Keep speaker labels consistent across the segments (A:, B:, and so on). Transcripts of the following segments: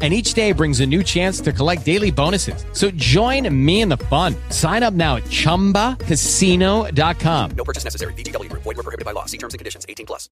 A: and each day brings a new chance to collect daily bonuses. So join me in the fun. Sign up now at ChumbaCasino.com.
B: No purchase necessary. VGW Group. Void were prohibited by law. See terms and conditions. 18 plus.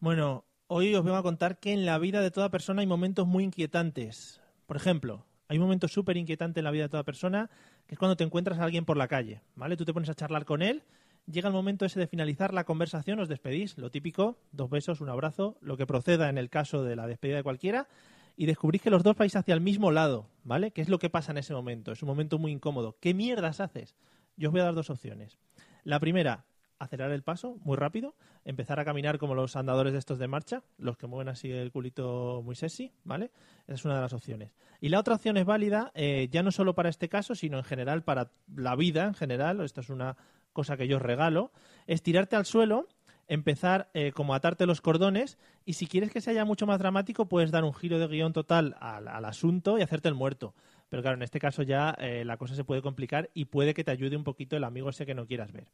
C: Bueno, hoy os vengo a contar que en la vida de toda persona hay momentos muy inquietantes. Por ejemplo, hay un momento súper inquietante en la vida de toda persona, que es cuando te encuentras a alguien por la calle, ¿vale? Tú te pones a charlar con él, llega el momento ese de finalizar la conversación, os despedís, lo típico, dos besos, un abrazo, lo que proceda en el caso de la despedida de cualquiera, y descubrís que los dos vais hacia el mismo lado, ¿vale? ¿Qué es lo que pasa en ese momento? Es un momento muy incómodo. ¿Qué mierdas haces? Yo os voy a dar dos opciones. La primera, acelerar el paso muy rápido, empezar a caminar como los andadores de estos de marcha, los que mueven así el culito muy sexy, ¿vale? Esa es una de las opciones. Y la otra opción es válida, eh, ya no solo para este caso, sino en general para la vida en general, esta es una cosa que yo os regalo, es tirarte al suelo, empezar eh, como a atarte los cordones y si quieres que se haya mucho más dramático, puedes dar un giro de guión total al, al asunto y hacerte el muerto. Pero claro, en este caso ya eh, la cosa se puede complicar y puede que te ayude un poquito el amigo ese que no quieras ver.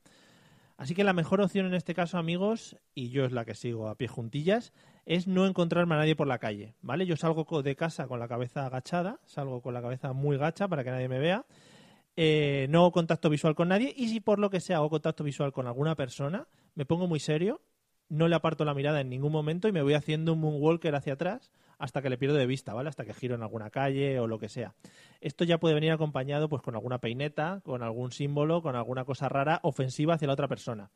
C: Así que la mejor opción en este caso, amigos, y yo es la que sigo a pie juntillas, es no encontrarme a nadie por la calle, ¿vale? Yo salgo co- de casa con la cabeza agachada, salgo con la cabeza muy gacha para que nadie me vea, eh, no hago contacto visual con nadie y si por lo que sea hago contacto visual con alguna persona, me pongo muy serio, no le aparto la mirada en ningún momento y me voy haciendo un moonwalker hacia atrás hasta que le pierdo de vista, ¿vale? Hasta que giro en alguna calle o lo que sea. Esto ya puede venir acompañado pues con alguna peineta, con algún símbolo, con alguna cosa rara ofensiva hacia la otra persona.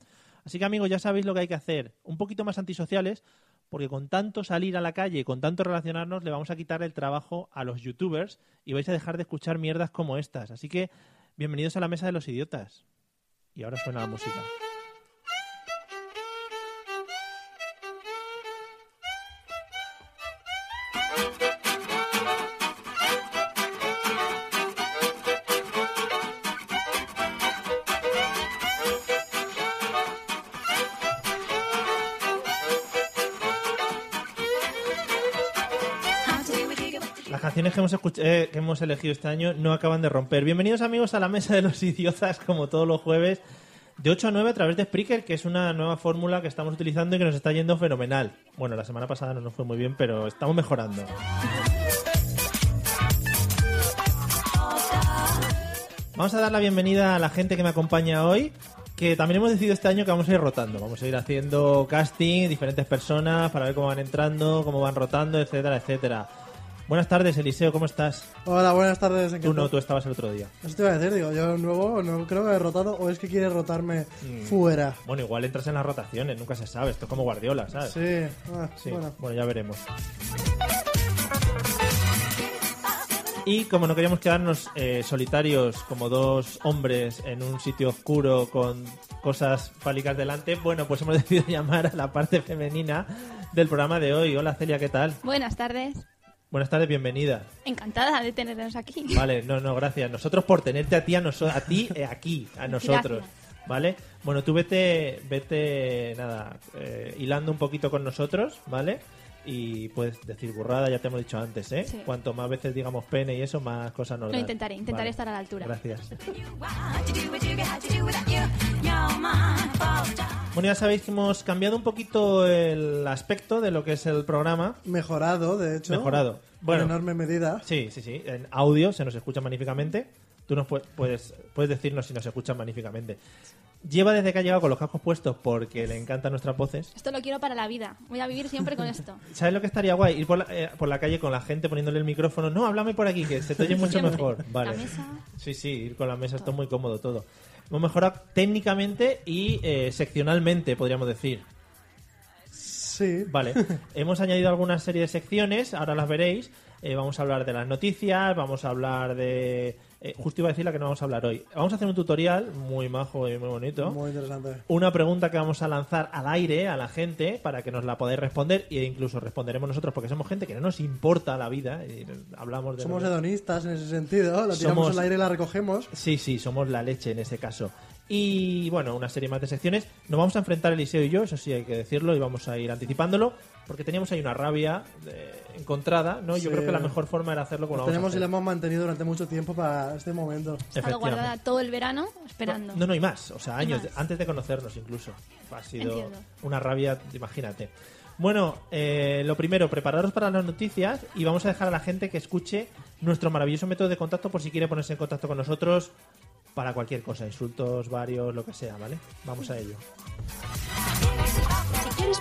C: Así que amigos, ya sabéis lo que hay que hacer, un poquito más antisociales, porque con tanto salir a la calle, con tanto relacionarnos, le vamos a quitar el trabajo a los youtubers y vais a dejar de escuchar mierdas como estas. Así que bienvenidos a la mesa de los idiotas. Y ahora suena la música. Las canciones que hemos, escuch- eh, que hemos elegido este año no acaban de romper. Bienvenidos amigos a la mesa de los idiotas, como todos los jueves, de 8 a 9 a través de Spreaker, que es una nueva fórmula que estamos utilizando y que nos está yendo fenomenal. Bueno, la semana pasada no nos fue muy bien, pero estamos mejorando. Vamos a dar la bienvenida a la gente que me acompaña hoy, que también hemos decidido este año que vamos a ir rotando. Vamos a ir haciendo casting, diferentes personas, para ver cómo van entrando, cómo van rotando, etcétera, etcétera. Buenas tardes, Eliseo, ¿cómo estás?
D: Hola, buenas tardes. ¿en qué
C: Tú no, tú
D: estás?
C: estabas el otro día.
D: Eso te iba a decir, digo, yo nuevo no creo que he rotado o es que quiere rotarme
C: Mm.
D: fuera.
C: Bueno, igual entras en las rotaciones, nunca se sabe. Esto es como Guardiola, ¿sabes?
D: Sí, ah,
C: Sí,
D: bueno.
C: bueno. ya veremos. Y como no queríamos quedarnos eh, solitarios como dos hombres en un sitio oscuro con cosas fálicas delante, bueno, pues hemos decidido llamar a la parte femenina del programa de hoy. Hola Celia, ¿qué tal?
E: Buenas tardes.
C: Buenas tardes, bienvenida.
E: Encantada de teneros aquí.
C: Vale, no, no, gracias. Nosotros por tenerte a ti, a, noso- a ti eh, aquí, a nosotros. ¿Vale? Bueno, tú vete, vete, nada, eh, hilando un poquito con nosotros, ¿vale? Y puedes decir burrada, ya te hemos dicho antes, ¿eh?
E: Sí.
C: Cuanto más veces digamos pene y eso, más cosas nos
E: Lo
C: dan.
E: intentaré, intentaré
C: Vale.
E: estar a la altura.
C: Gracias.
F: Gracias.
C: Bueno, ya sabéis que hemos cambiado un poquito el aspecto de lo que es el programa.
D: Mejorado, de hecho.
C: Mejorado. Bueno.
D: En enorme medida.
C: Sí, sí, sí. En audio se nos escucha magníficamente. Tú nos pu- puedes, puedes decirnos si nos escuchan magníficamente. Lleva desde que ha llegado con los cascos puestos porque le encantan nuestras voces.
E: Esto lo quiero para la vida. Voy a vivir siempre con esto.
C: ¿Sabes lo que estaría guay? Ir por la, eh, por la calle con la gente poniéndole el micrófono. No, háblame por aquí, que se te oye mucho
E: Siempre.
C: mejor. Vale.
E: La mesa.
C: Sí, sí, ir con la mesa, esto es muy cómodo todo. Hemos mejorado técnicamente y eh, seccionalmente, podríamos decir.
D: Sí.
C: Vale, hemos añadido alguna serie de secciones, ahora las veréis. Eh, vamos a hablar de las noticias, vamos a hablar de Eh, justo iba a decir la que no vamos a hablar hoy. Vamos a hacer un tutorial muy majo y muy bonito.
D: Muy interesante.
C: una pregunta que vamos a lanzar al aire a la gente para que nos la podáis responder e incluso responderemos nosotros porque somos gente que no nos importa la vida y hablamos de
D: Somos hedonistas en ese sentido. La tiramos
C: Somos-
D: al aire y la recogemos.
C: Sí, sí, somos la leche en este caso. Y bueno, una serie más de secciones. Nos vamos a enfrentar Eliseo y yo, eso sí hay que decirlo, y vamos a ir anticipándolo, porque teníamos ahí una rabia eh, encontrada, ¿no? Yo
D: Sí.
C: creo que la mejor forma era hacerlo con la
D: Tenemos y la hemos mantenido durante mucho tiempo para este momento.
E: He estado guardada todo el verano esperando.
C: No, no, y más. O sea, años,
E: más.
C: antes de conocernos incluso. Ha sido
E: Entiendo.
C: una rabia, imagínate. Bueno, eh, lo primero, prepararos para las noticias y vamos a dejar a la gente que escuche nuestro maravilloso método de contacto por si quiere ponerse en contacto con nosotros para cualquier cosa, insultos, varios, lo que sea, ¿vale? Vamos a ello.
F: Si quieres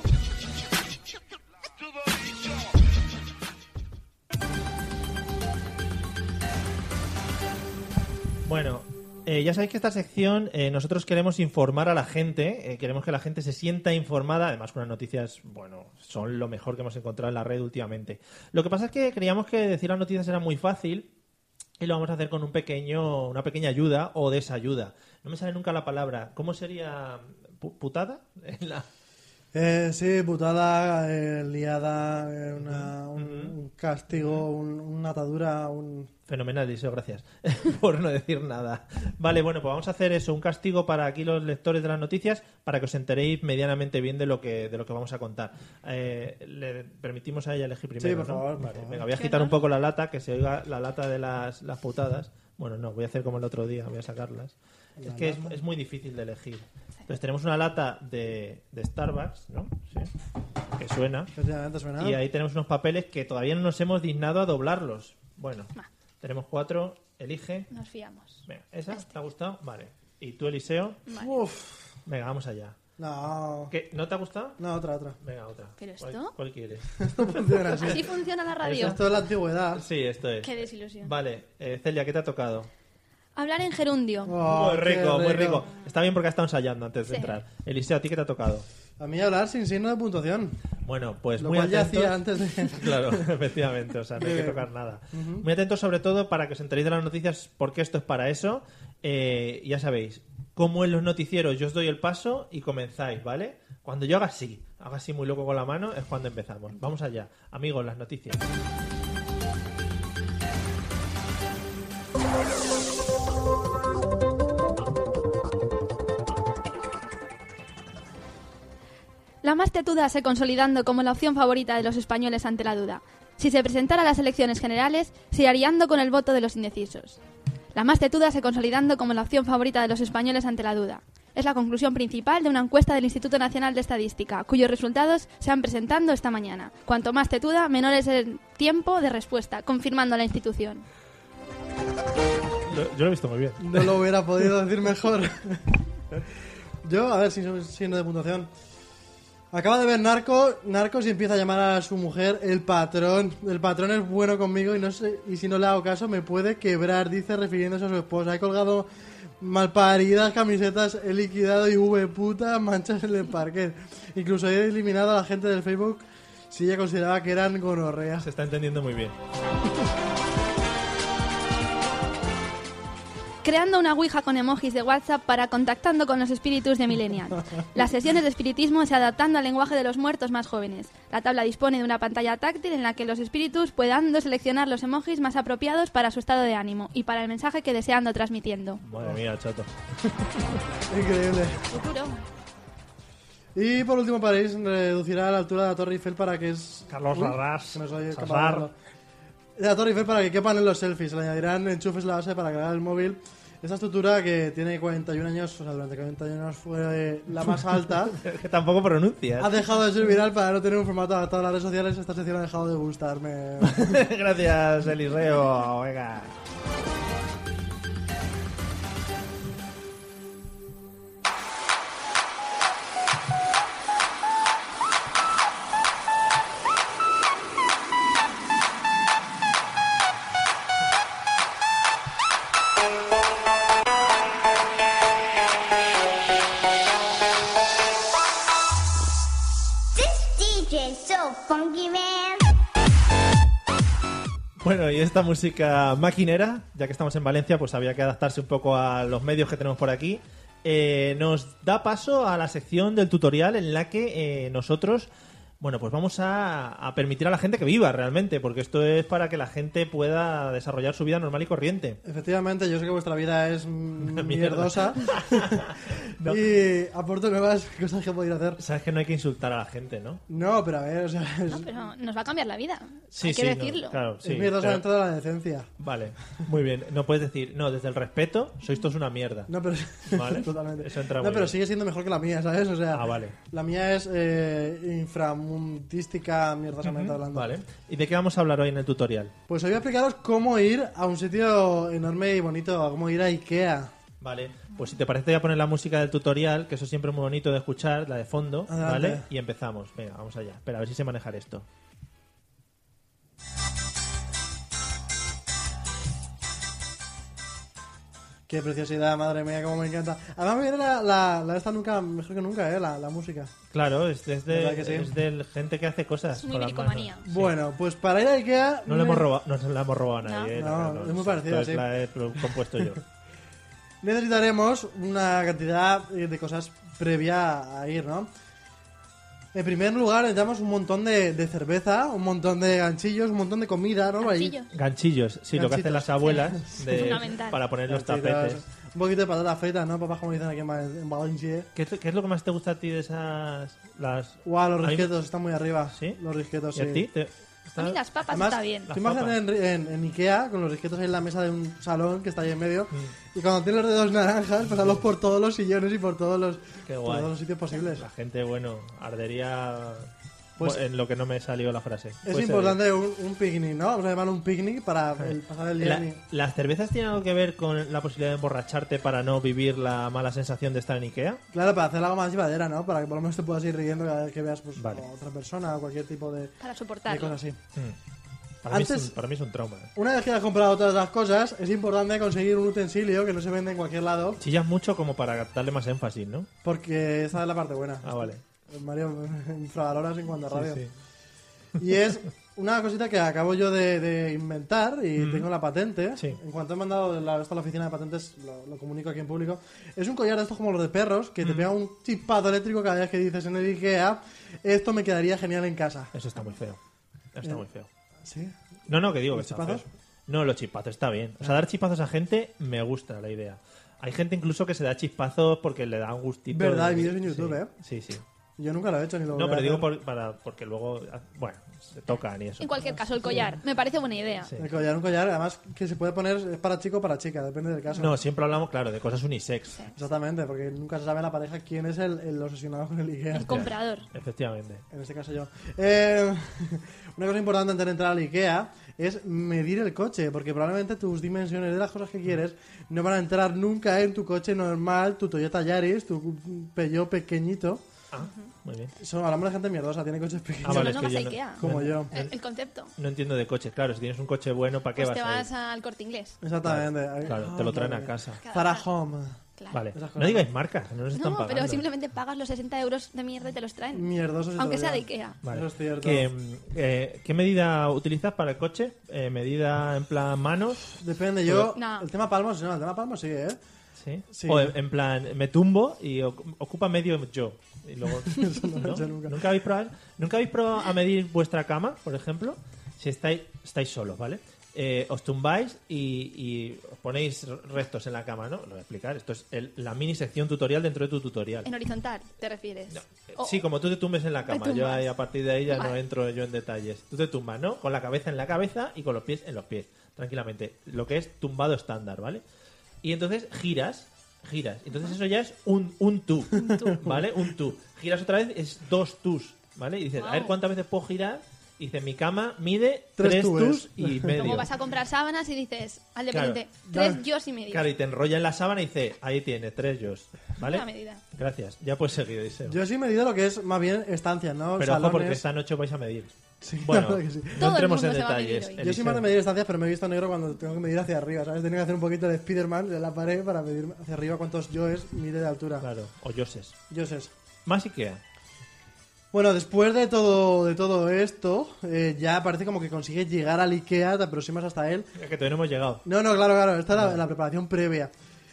C: Bueno, eh, ya sabéis que esta sección eh, nosotros queremos informar a la gente, eh, queremos que la gente se sienta informada, además unas noticias, bueno, son lo mejor que hemos encontrado en la red últimamente. Lo que pasa es que creíamos que decir las noticias era muy fácil y lo vamos a hacer con un pequeño, una pequeña ayuda o desayuda. No me sale nunca la palabra. ¿Cómo sería Pu- putada? En la-
D: Eh, sí, putada, eh, liada, eh, una- un, un castigo, un- una atadura, un...
C: Fenomenal, Eliseo, gracias por no decir nada. Vale, bueno, pues vamos a hacer eso, un castigo para aquí los lectores de las noticias, para que os enteréis medianamente bien de lo que, de lo que vamos a contar. Eh, le permitimos a ella elegir primero.
D: por
C: ¿no?
D: favor, por
C: Vale,
D: favor.
C: Venga, voy a agitar un poco la lata, que se oiga la lata de las, las putadas. Bueno, no, voy a hacer como el otro día, voy a sacarlas. Es que es, es muy difícil de elegir. Entonces tenemos una lata de, de Starbucks, ¿no? Sí. Que suena.
D: Efectivamente, suena.
C: Y ahí tenemos unos papeles que todavía no nos hemos dignado a doblarlos. Bueno,
E: Va.
C: tenemos cuatro. Elige.
E: Nos fiamos.
C: Venga, ¿esa?
E: Este.
C: ¿Te ha gustado? Vale. ¿Y tú, Eliseo?
E: Vale.
D: Uf,
C: Venga, vamos allá.
D: no,
C: ¿Qué? ¿No te ha gustado?
D: no, otra, otra.
C: Venga, otra.
E: ¿Pero
C: ¿Cuál-
E: esto?
C: ¿Cuál quieres?
D: No funciona así.
E: Así funciona la radio.
D: Esto es la antigüedad.
C: Sí, esto es.
E: Qué desilusión.
C: Vale, eh, Celia, ¿qué te ha tocado?
E: Hablar en gerundio.
D: Oh,
C: muy rico,
D: qué
C: muy rico. Está bien porque ha estado ensayando antes de
E: Sí.
C: entrar. Eliseo, ¿a ti qué te ha tocado?
D: A mí hablar sin signo de puntuación.
C: Bueno, pues
D: Lo
C: muy
D: cual ya
C: atentos.
D: hacía antes de...
C: Claro, efectivamente, o sea, no hay que tocar nada. Muy atentos sobre todo para que os enteréis de las noticias, porque esto es para eso. Eh, ya sabéis, como en los noticieros yo os doy el paso y comenzáis, ¿vale? Cuando yo haga así, haga así muy loco con la mano, es cuando empezamos. Vamos allá, amigos, las noticias.
E: La más tetuda se consolidando como la opción favorita de los españoles ante la duda. Si se presentara a las elecciones generales, se ariando con el voto de los indecisos. La más tetuda se consolidando como la opción favorita de los españoles ante la duda. Es la conclusión principal de una encuesta del Instituto Nacional de Estadística, cuyos resultados se han presentando esta mañana. Cuanto más tetuda, menor es el tiempo de respuesta, confirmando la institución.
C: Lo- yo lo he visto muy bien.
D: No lo hubiera podido decir mejor. Yo, a ver, sin signo de puntuación. Acaba de ver Narco, Narcos y empieza a llamar a su mujer el patrón. El patrón es bueno conmigo y no sé, y si no le hago caso me puede quebrar, dice refiriéndose a su esposa. He colgado malparidas camisetas, he liquidado y V puta manchas en el parquet. Incluso he eliminado a la gente del Facebook si ella consideraba que eran gonorreas.
C: Se está entendiendo muy bien.
E: creando una ouija con emojis de WhatsApp para contactando con los espíritus de Millennial. Las sesiones de espiritismo se adaptando al lenguaje de los muertos más jóvenes. La tabla dispone de una pantalla táctil en la que los espíritus puedan seleccionar los emojis más apropiados para su estado de ánimo y para el mensaje que desean o transmitiendo.
C: Madre mía, chato.
D: Increíble.
E: Futuro.
D: Y por último, París reducirá la altura de la Torre Eiffel para que es.
C: Carlos
D: Uy,
C: Larraz,
D: que no soy capaz de
C: Sazar.
D: verlo. De la Torre Eiffel para que quepan en los selfies. Le añadirán enchufes a la base para cargar el móvil. Esta estructura que tiene 41 años, o sea, durante 41 años fue eh, la más alta,
C: Que tampoco pronuncias.
D: ha dejado de ser viral para no tener un formato adaptado a las redes sociales. Esta sección ha dejado de gustarme.
C: Gracias, Eliseo. Venga. Bueno, y esta música maquinera, ya que estamos en Valencia, pues había que adaptarse un poco a los medios que tenemos por aquí. Eh, nos da paso a la sección del tutorial en la que eh, nosotros, bueno, pues vamos a, a permitir a la gente que viva realmente, porque esto es para que la gente pueda desarrollar su vida normal y corriente.
D: Efectivamente, yo sé que vuestra vida es mm, mierdosa
C: No.
D: y aporto nuevas cosas que podéis hacer.
C: Sabes que no hay que insultar a la gente, ¿no?
D: No, pero a ver, o sea, es,
E: No, pero nos va a cambiar la vida.
C: Sí,
E: Hay que
C: sí, no,
E: decirlo.
C: claro, sí,
D: es mierdosa
C: pero-
D: dentro de la decencia.
C: Vale, muy bien. No puedes decir, no, desde el respeto, sois todos una mierda.
D: No, pero
C: Vale,
D: totalmente.
C: eso entra
D: no,
C: muy
D: pero
C: bien.
D: sigue siendo mejor que la mía, ¿sabes? O sea,
C: Ah, vale.
D: la mía es eh, inframundística, mierdosamente hablando.
C: Vale. ¿Y de qué vamos a hablar hoy en el tutorial?
D: Pues hoy voy a explicaros cómo ir a un sitio enorme y bonito, cómo ir a Ikea.
C: Vale, pues si te parece voy a poner la música del tutorial, que eso siempre es muy bonito de escuchar, la de fondo,
D: Adelante.
C: ¿vale? Y empezamos. Venga, vamos allá. Espera, a ver si sé manejar esto.
D: Qué preciosidad, madre mía, cómo me encanta. Además me viene la, la, la esta nunca, mejor que nunca, ¿eh? La, la música.
C: Claro, es, es de,
D: ¿Verdad que sí?
C: es del gente que hace cosas.
E: Es muy
C: con las manos.
E: bricomanía.
D: Bueno, pues para ir a Ikea...
C: No le hemos robado, no se la hemos robado a nadie. eh,
D: No, es muy
C: esto
D: parecida,
C: es
D: sí.
C: La he pro- compuesto yo.
D: Necesitaremos una cantidad eh, de cosas previa a ir, ¿no? En primer lugar, necesitamos un montón de, de cerveza, un montón de ganchillos, un montón de comida, ¿no? Ahí-
E: Ganchillos.
C: Ganchillos, sí, lo que hacen
D: Ganchitos.
C: las abuelas de-
E: Fundamental.
C: para poner los
D: Ganchitos,
C: tapetes.
D: Un poquito de patatas fritas, ¿no? Papás, como dicen aquí en Val- en Valencia.
C: ¿Qué es, qué es lo que más te gusta a ti de esas las
D: Guau,
C: A
D: los
C: mí-
D: risquetos están muy arriba.
C: ¿Sí?
D: Los risquetos,
C: ¿Y
D: sí.
C: a ti? ¿Te-
E: A mí
C: está-
E: las papas
D: Además,
E: está bien.
D: tú imagínate en, en- en Ikea con los risquetos ahí en la mesa de un salón que está ahí en medio.
C: Mm.
D: Y cuando tienes los dedos naranjas, pasarlos por todos los sillones y por todos los,
C: Qué
D: por
C: guay.
D: todos los sitios posibles.
C: La gente, bueno, ardería
D: Pues-
C: en lo que no me salió la frase.
D: Es
C: Puede ser.
D: importante un, un picnic, ¿no? Vamos a llamarlo un picnic para el pasar el día.
C: Eh, La-
D: en-
C: ¿Las cervezas tienen algo que ver con la posibilidad de emborracharte para no vivir la mala sensación de estar en Ikea?
D: Claro, para hacer algo más llevadera, ¿no? Para que por lo menos te puedas ir riendo cada vez que veas pues,
C: Vale.
D: a otra persona o cualquier tipo de,
E: Para
D: de
E: soportarlo.
D: cosa así.
C: Para, mí es
D: Antes-
C: un, para mí es un trauma.
D: Una vez que has comprado todas las cosas, es importante conseguir un utensilio que no se vende en cualquier lado,
C: Chillas mucho como para darle más énfasis, ¿no?
D: porque esa es la parte buena.
C: Ah, vale.
D: Mario, infravaloras en cuanto a
C: Sí,
D: radio.
C: sí.
D: Y es una cosita que acabo yo de, de inventar y tengo la patente.
C: Sí.
D: En cuanto he mandado la, esto a la oficina de patentes, lo, lo comunico aquí en público. Es un collar de estos como los de perros, que te pega un chispado eléctrico cada vez que dices en el IKEA, esto me quedaría genial en casa.
C: Eso está muy feo. Está muy feo.
D: ¿Sí?
C: No, no, que digo que
D: Eh, ¿Los
C: está
D: chipazos? Ah.
C: feo. No, los chispazos está bien. O sea, dar chispazos a gente me gusta la idea. Hay gente incluso que se da chispazos porque le da un gustito.
D: Verdad,
C: de-
D: hay vídeos en YouTube,
C: sí,
D: ¿eh?
C: Sí, sí.
D: Yo nunca lo he hecho ni lo
C: No,
D: voy a
C: pero digo
D: hacer.
C: por- para, porque luego, ah, bueno, se tocan y eso.
E: En cualquier caso, el collar. Me parece buena idea.
C: Sí.
D: El collar, un collar, además que se puede poner es para chico o para chica, depende del caso.
C: No, siempre hablamos, claro, de cosas unisex.
D: Exactamente, porque nunca se sabe la pareja quién es el, el obsesionado con el IKEA.
E: El comprador.
C: Efectivamente.
D: En este caso yo. Eh, una cosa importante antes de entrar al IKEA es medir el coche, porque probablemente tus dimensiones de las cosas que quieres no van a entrar nunca en tu coche normal, tu Toyota Yaris, tu Peugeot pequeñito.
C: Ah, muy bien.
D: Son, hablamos de gente mierdosa, tiene coches
C: Ah,
D: pequeños.
C: vale,
E: no,
C: es
E: no
C: que
E: vas
C: yo
E: a Ikea.
D: Como yo.
E: El, el concepto.
C: No entiendo de coches, claro. Si tienes un coche bueno, ¿para qué vas,
E: Pues te
C: a ir?
E: vas al corte inglés.
D: Exactamente. Ahí-
C: Claro, te
D: ah,
C: lo traen
D: madre
C: a
D: mía.
C: casa.
E: Cada-
D: Zara Home.
E: Claro.
C: Vale.
D: Esas cosas.
C: No digáis marcas, no nos están
E: No,
C: pagando.
E: pero simplemente pagas los 60 euros de mierda y te los traen.
D: Mierdosos y
E: Aunque sea de
D: todavía.
E: Ikea.
C: Vale.
D: Eso es cierto.
C: Que, mm, eh, ¿Qué medida utilizas para el coche? Eh, ¿Medida en plan manos?
D: Depende, yo.
E: No.
D: El tema palmos, no, el tema palmos sí, ¿eh?
C: ¿Sí?
D: Sí.
C: O en, en plan, me tumbo y oc- ocupa medio yo. Y luego, ¿no?
D: nunca.
C: habéis probado? ¿Nunca habéis probado a medir vuestra cama, por ejemplo? Si estáis, estáis solos, ¿vale? Eh, os tumbáis y, y os ponéis rectos en la cama, ¿no? Lo voy a explicar. Esto es el- la mini sección tutorial dentro de tu tutorial.
E: En horizontal, te refieres.
C: Eh,
E: O-
C: Sí, como tú te tumbes en la
E: Te
C: cama.
E: tumbas.
C: Yo ahí, a partir de ahí ya no
E: Vale.
C: entro yo en detalles. Tú te tumbas, ¿no? Con la cabeza en la cabeza y con los pies en los pies, tranquilamente. Lo que es tumbado estándar, ¿vale? Y entonces giras, giras. Entonces eso ya es un, un tú, ¿vale? Un tú. Giras otra vez, es dos tus, ¿vale? Y dices, a ver
E: Guau.
C: cuántas veces puedo girar. Y dices, mi cama mide
D: Tres
C: tres,
D: túes.
C: tus y medio.
E: Como vas a comprar sábanas y dices al
C: Claro.
E: dependiente,
D: Dame.
E: tres yos y medio.
C: Claro, y te enrolla en la sábana y dice, ahí tiene, tres yo, ¿vale?
E: Buena medida.
C: Gracias. Ya puedes seguir, dice.
D: Yo sí he medido lo que es más bien estancias, ¿no?
C: Pero ojo, porque
D: Salones.
C: esta noche vais a medir.
D: Sí,
C: bueno,
D: claro que sí.
C: no
E: Todo el
C: entremos en
E: mundo se va a medir
C: detalles.
E: hoy.
D: Yo soy
C: Eliseo.
D: más de medir distancias, pero me he visto negro cuando tengo que medir hacia arriba, ¿sabes? Tenía que hacer un poquito de Spiderman de la pared para medir hacia arriba cuántos yoes mide de altura.
C: Claro, o Joses.
D: Yoses.
C: Más Ikea.
D: Bueno, después de todo, de todo esto, eh, ya parece como que consigues llegar al Ikea, te aproximas hasta él.
C: Es que todavía no hemos llegado.
D: No, no, claro, claro, esta es la, la preparación previa.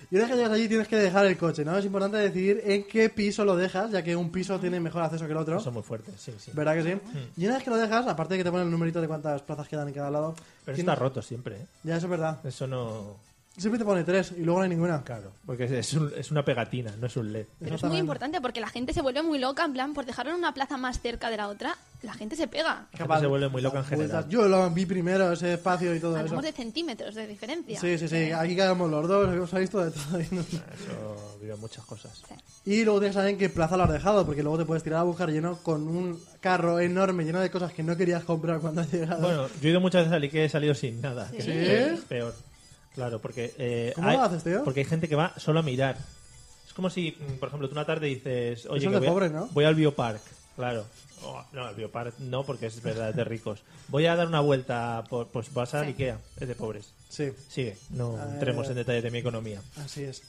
D: Y una vez que llegas allí tienes que dejar el coche, ¿no? Es importante decidir en qué piso lo dejas, ya que un piso tiene mejor acceso que el otro.
C: Son muy Mm. fuertes, sí, sí.
D: ¿Verdad que sí? Y una vez que lo dejas, aparte de que te ponen el numerito de cuántas plazas quedan en cada lado.
C: Pero
D: tiene-
C: está roto siempre, ¿eh?
D: Ya, eso es verdad.
C: Eso no...
D: Siempre te pone tres y luego no hay ninguna.
C: Claro, porque es- es, un- es una pegatina, no es un LED.
E: Pero es muy importante porque la gente se vuelve muy loca, en plan, por dejarlo en una plaza más cerca de la otra, la gente se pega.
C: La gente se vuelve muy loca en
D: Las vueltas.
C: general.
D: Yo lo vi primero, ese espacio y todo eso.
E: Hablamos de centímetros de diferencia.
D: Sí, sí, sí. Aquí quedamos los dos, hemos visto de todo.
C: Eso vive muchas cosas.
D: Y luego tienes que saber en qué plaza lo has dejado, porque luego te puedes tirar a buscar lleno con un carro enorme lleno de cosas que no querías comprar cuando has llegado.
C: Bueno, yo he ido muchas veces al Ikea y he salido sin nada. que
D: ¿Sí?
C: es peor. Claro, porque... eh,
D: ¿Cómo
C: hay-
D: lo haces, tío?
C: Porque hay gente que va solo a mirar. Es como si, mm, por ejemplo, tú una tarde dices... Oye,
D: Eso
C: que
D: es de
C: voy, a-
D: pobre, ¿no?
C: voy al Biopark. Claro. Oh, no, al Biopark no, porque es verdad, es de ricos. Voy a dar una vuelta, por, pues vas al Ikea, es de pobres.
D: sí,
C: Sigue, no
D: Ah,
C: entremos
D: eh,
C: en detalles de mi economía.
D: así es.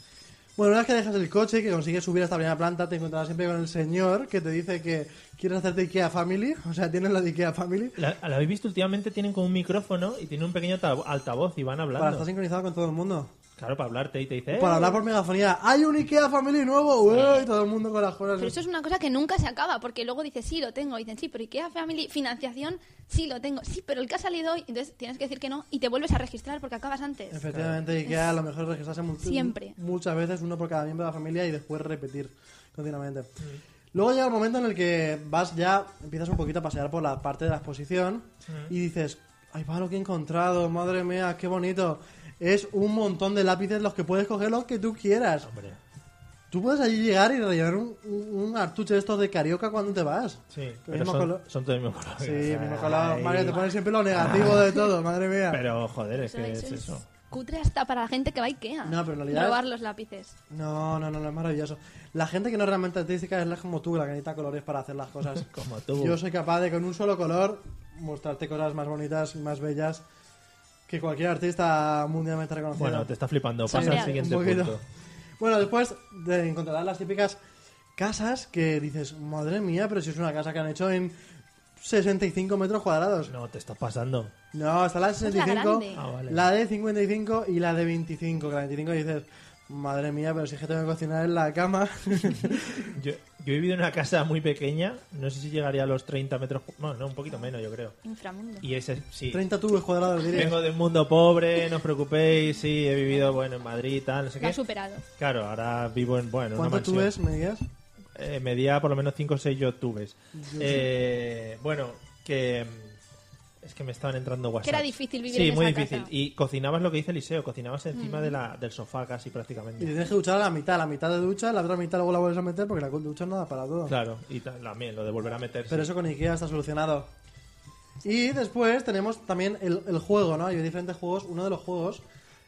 D: Bueno, una vez que dejas el coche, que consigues subir hasta la primera planta, te encontrarás siempre con el señor que te dice que quieres hacerte IKEA Family, o sea, tienes la de IKEA Family,
C: La, ¿la habéis visto últimamente? Tienen como un micrófono y tienen un pequeño alta- altavoz y van
D: para
C: hablando.
D: estar sincronizado con todo el mundo.
C: Claro, para hablarte y te dice... "Eh,
D: Para hablar por megafonía, ¡hay un IKEA Family nuevo! ¡Ué! Y todo el mundo con las cosas.
E: Pero eso es una cosa que nunca se acaba, porque luego dices, sí, lo tengo. Y dicen, sí, pero IKEA Family, financiación, sí, lo tengo. Sí, pero el que ha salido hoy, entonces tienes que decir que no y te vuelves a registrar porque acabas antes.
D: Efectivamente, IKEA a lo mejor registrarse mu-
E: Siempre.
D: muchas veces, uno por cada miembro de la familia y después repetir continuamente.
C: Mm.
D: Luego llega el momento en el que vas ya, empiezas un poquito a pasear por la parte de la exposición
C: Mm.
D: y dices, ay, va lo que he encontrado, madre mía, qué bonito. Es un montón de lápices los que puedes coger los que tú quieras.
C: Hombre,
D: Tú puedes allí llegar y rellenar un, un, un artuche de estos de carioca cuando te vas.
C: sí,
D: El
C: pero
D: mismo
C: son,
D: color.
C: son todos el mismo color.
D: Sí,
C: Ay,
D: mismo color. Mario, te pones siempre lo negativo de todo, madre mía.
C: Pero, joder, es
E: Eso-
C: que es
E: eso es
C: eso.
E: Cutre hasta para la gente que va a IKEA.
D: No, pero en realidad-
E: Probar los lápices.
D: No, no, no, no, es maravilloso. La gente que no es realmente artística es la como tú, la que necesita colores para hacer las cosas.
C: Como tú.
D: Yo soy capaz de con un solo color mostrarte cosas más bonitas y más bellas que cualquier artista mundialmente reconocido.
C: Bueno, te está flipando.
E: Son
C: Pasa al
E: reales.
C: siguiente
D: Un poquito.
C: punto.
D: Bueno, después de encontrarás las típicas casas que dices, madre mía, pero si es una casa que han hecho en 65 metros cuadrados.
C: No, te está pasando.
D: No, está la de
E: Es la
D: 65,
E: grande.
C: Ah, vale.
D: la de 55 y la de 25. Que la de 25 dices, madre mía, pero si es que tengo que cocinar en la cama.
C: Yo, yo he vivido en una casa muy pequeña. No sé si llegaría a los 30 metros. cu- No, no, un poquito menos, yo creo.
E: Inframundo.
C: Y ese, sí.
D: 30 tubos cuadrados, diría.
C: Vengo de un mundo pobre, no os preocupéis. Sí, he vivido, bueno, en Madrid y tal, no sé
E: Lo
C: qué.
E: has superado.
C: Claro, ahora vivo en, bueno, en una
D: ¿Cuánto
C: mansión.
D: tubes me dirías?
C: Eh, medía por lo menos 5 o 6 youtubers. Eh, bueno, que. mm, Es que me estaban entrando WhatsApp.
E: Que era difícil vivir
C: Sí,
E: en
C: muy
E: esa
C: difícil.
E: casa. Mm.
C: Y cocinabas lo que dice Eliseo, cocinabas encima de la, del sofá casi
D: Y te
C: prácticamente.
D: tienes que duchar a la mitad, la mitad de ducha, la otra mitad luego la vuelves a meter porque la ducha no da para todo.
C: Claro, y ta- también lo de volver a meterse.
D: Pero eso con Ikea está solucionado. Y después tenemos también el, el juego, ¿no? Hay diferentes juegos. Uno de los juegos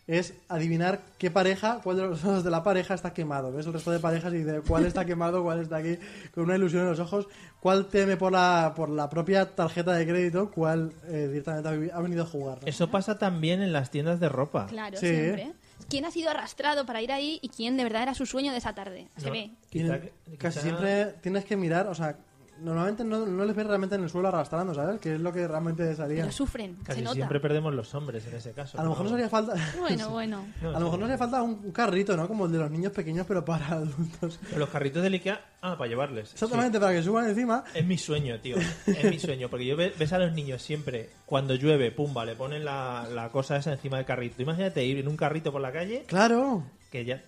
D: es adivinar qué pareja, cuál de los dos de la pareja está quemado. ¿Ves el resto de parejas y de cuál está quemado, cuál está aquí, con una ilusión en los ojos, cuál teme por la, por la propia tarjeta de crédito, cuál eh, directamente ha, vi- ha venido a jugar. ¿no?
C: Eso pasa también en las tiendas de ropa.
E: Claro,
D: Sí.
E: siempre. ¿eh? ¿Quién ha sido arrastrado para ir ahí y quién de verdad era su sueño de esa tarde? Se
C: No,
E: ve.
C: quizá-
D: Tienen-
C: quizá-
D: Casi siempre tienes que mirar, o sea, normalmente no, no les ves realmente en el suelo arrastrando, ¿sabes? Que es lo que realmente salía.
E: Pero sufren,
C: Casi
E: se nota.
C: siempre perdemos los hombres en ese caso.
D: A lo mejor nos haría falta...
E: Bueno, bueno.
C: No,
D: a lo
C: sí.
D: mejor nos haría falta un, un carrito, ¿no? Como el de los niños pequeños, pero para adultos.
C: Pero Los carritos de Ikea, ah, para llevarles. sí.
D: Exactamente, para que suban encima.
C: Es mi sueño, tío. Es mi sueño. Porque yo ve- ves a los niños siempre, cuando llueve, pumba, le ponen la, la cosa esa encima del carrito. Tú Imagínate ir en un carrito por la calle,
D: Claro.
C: que ya.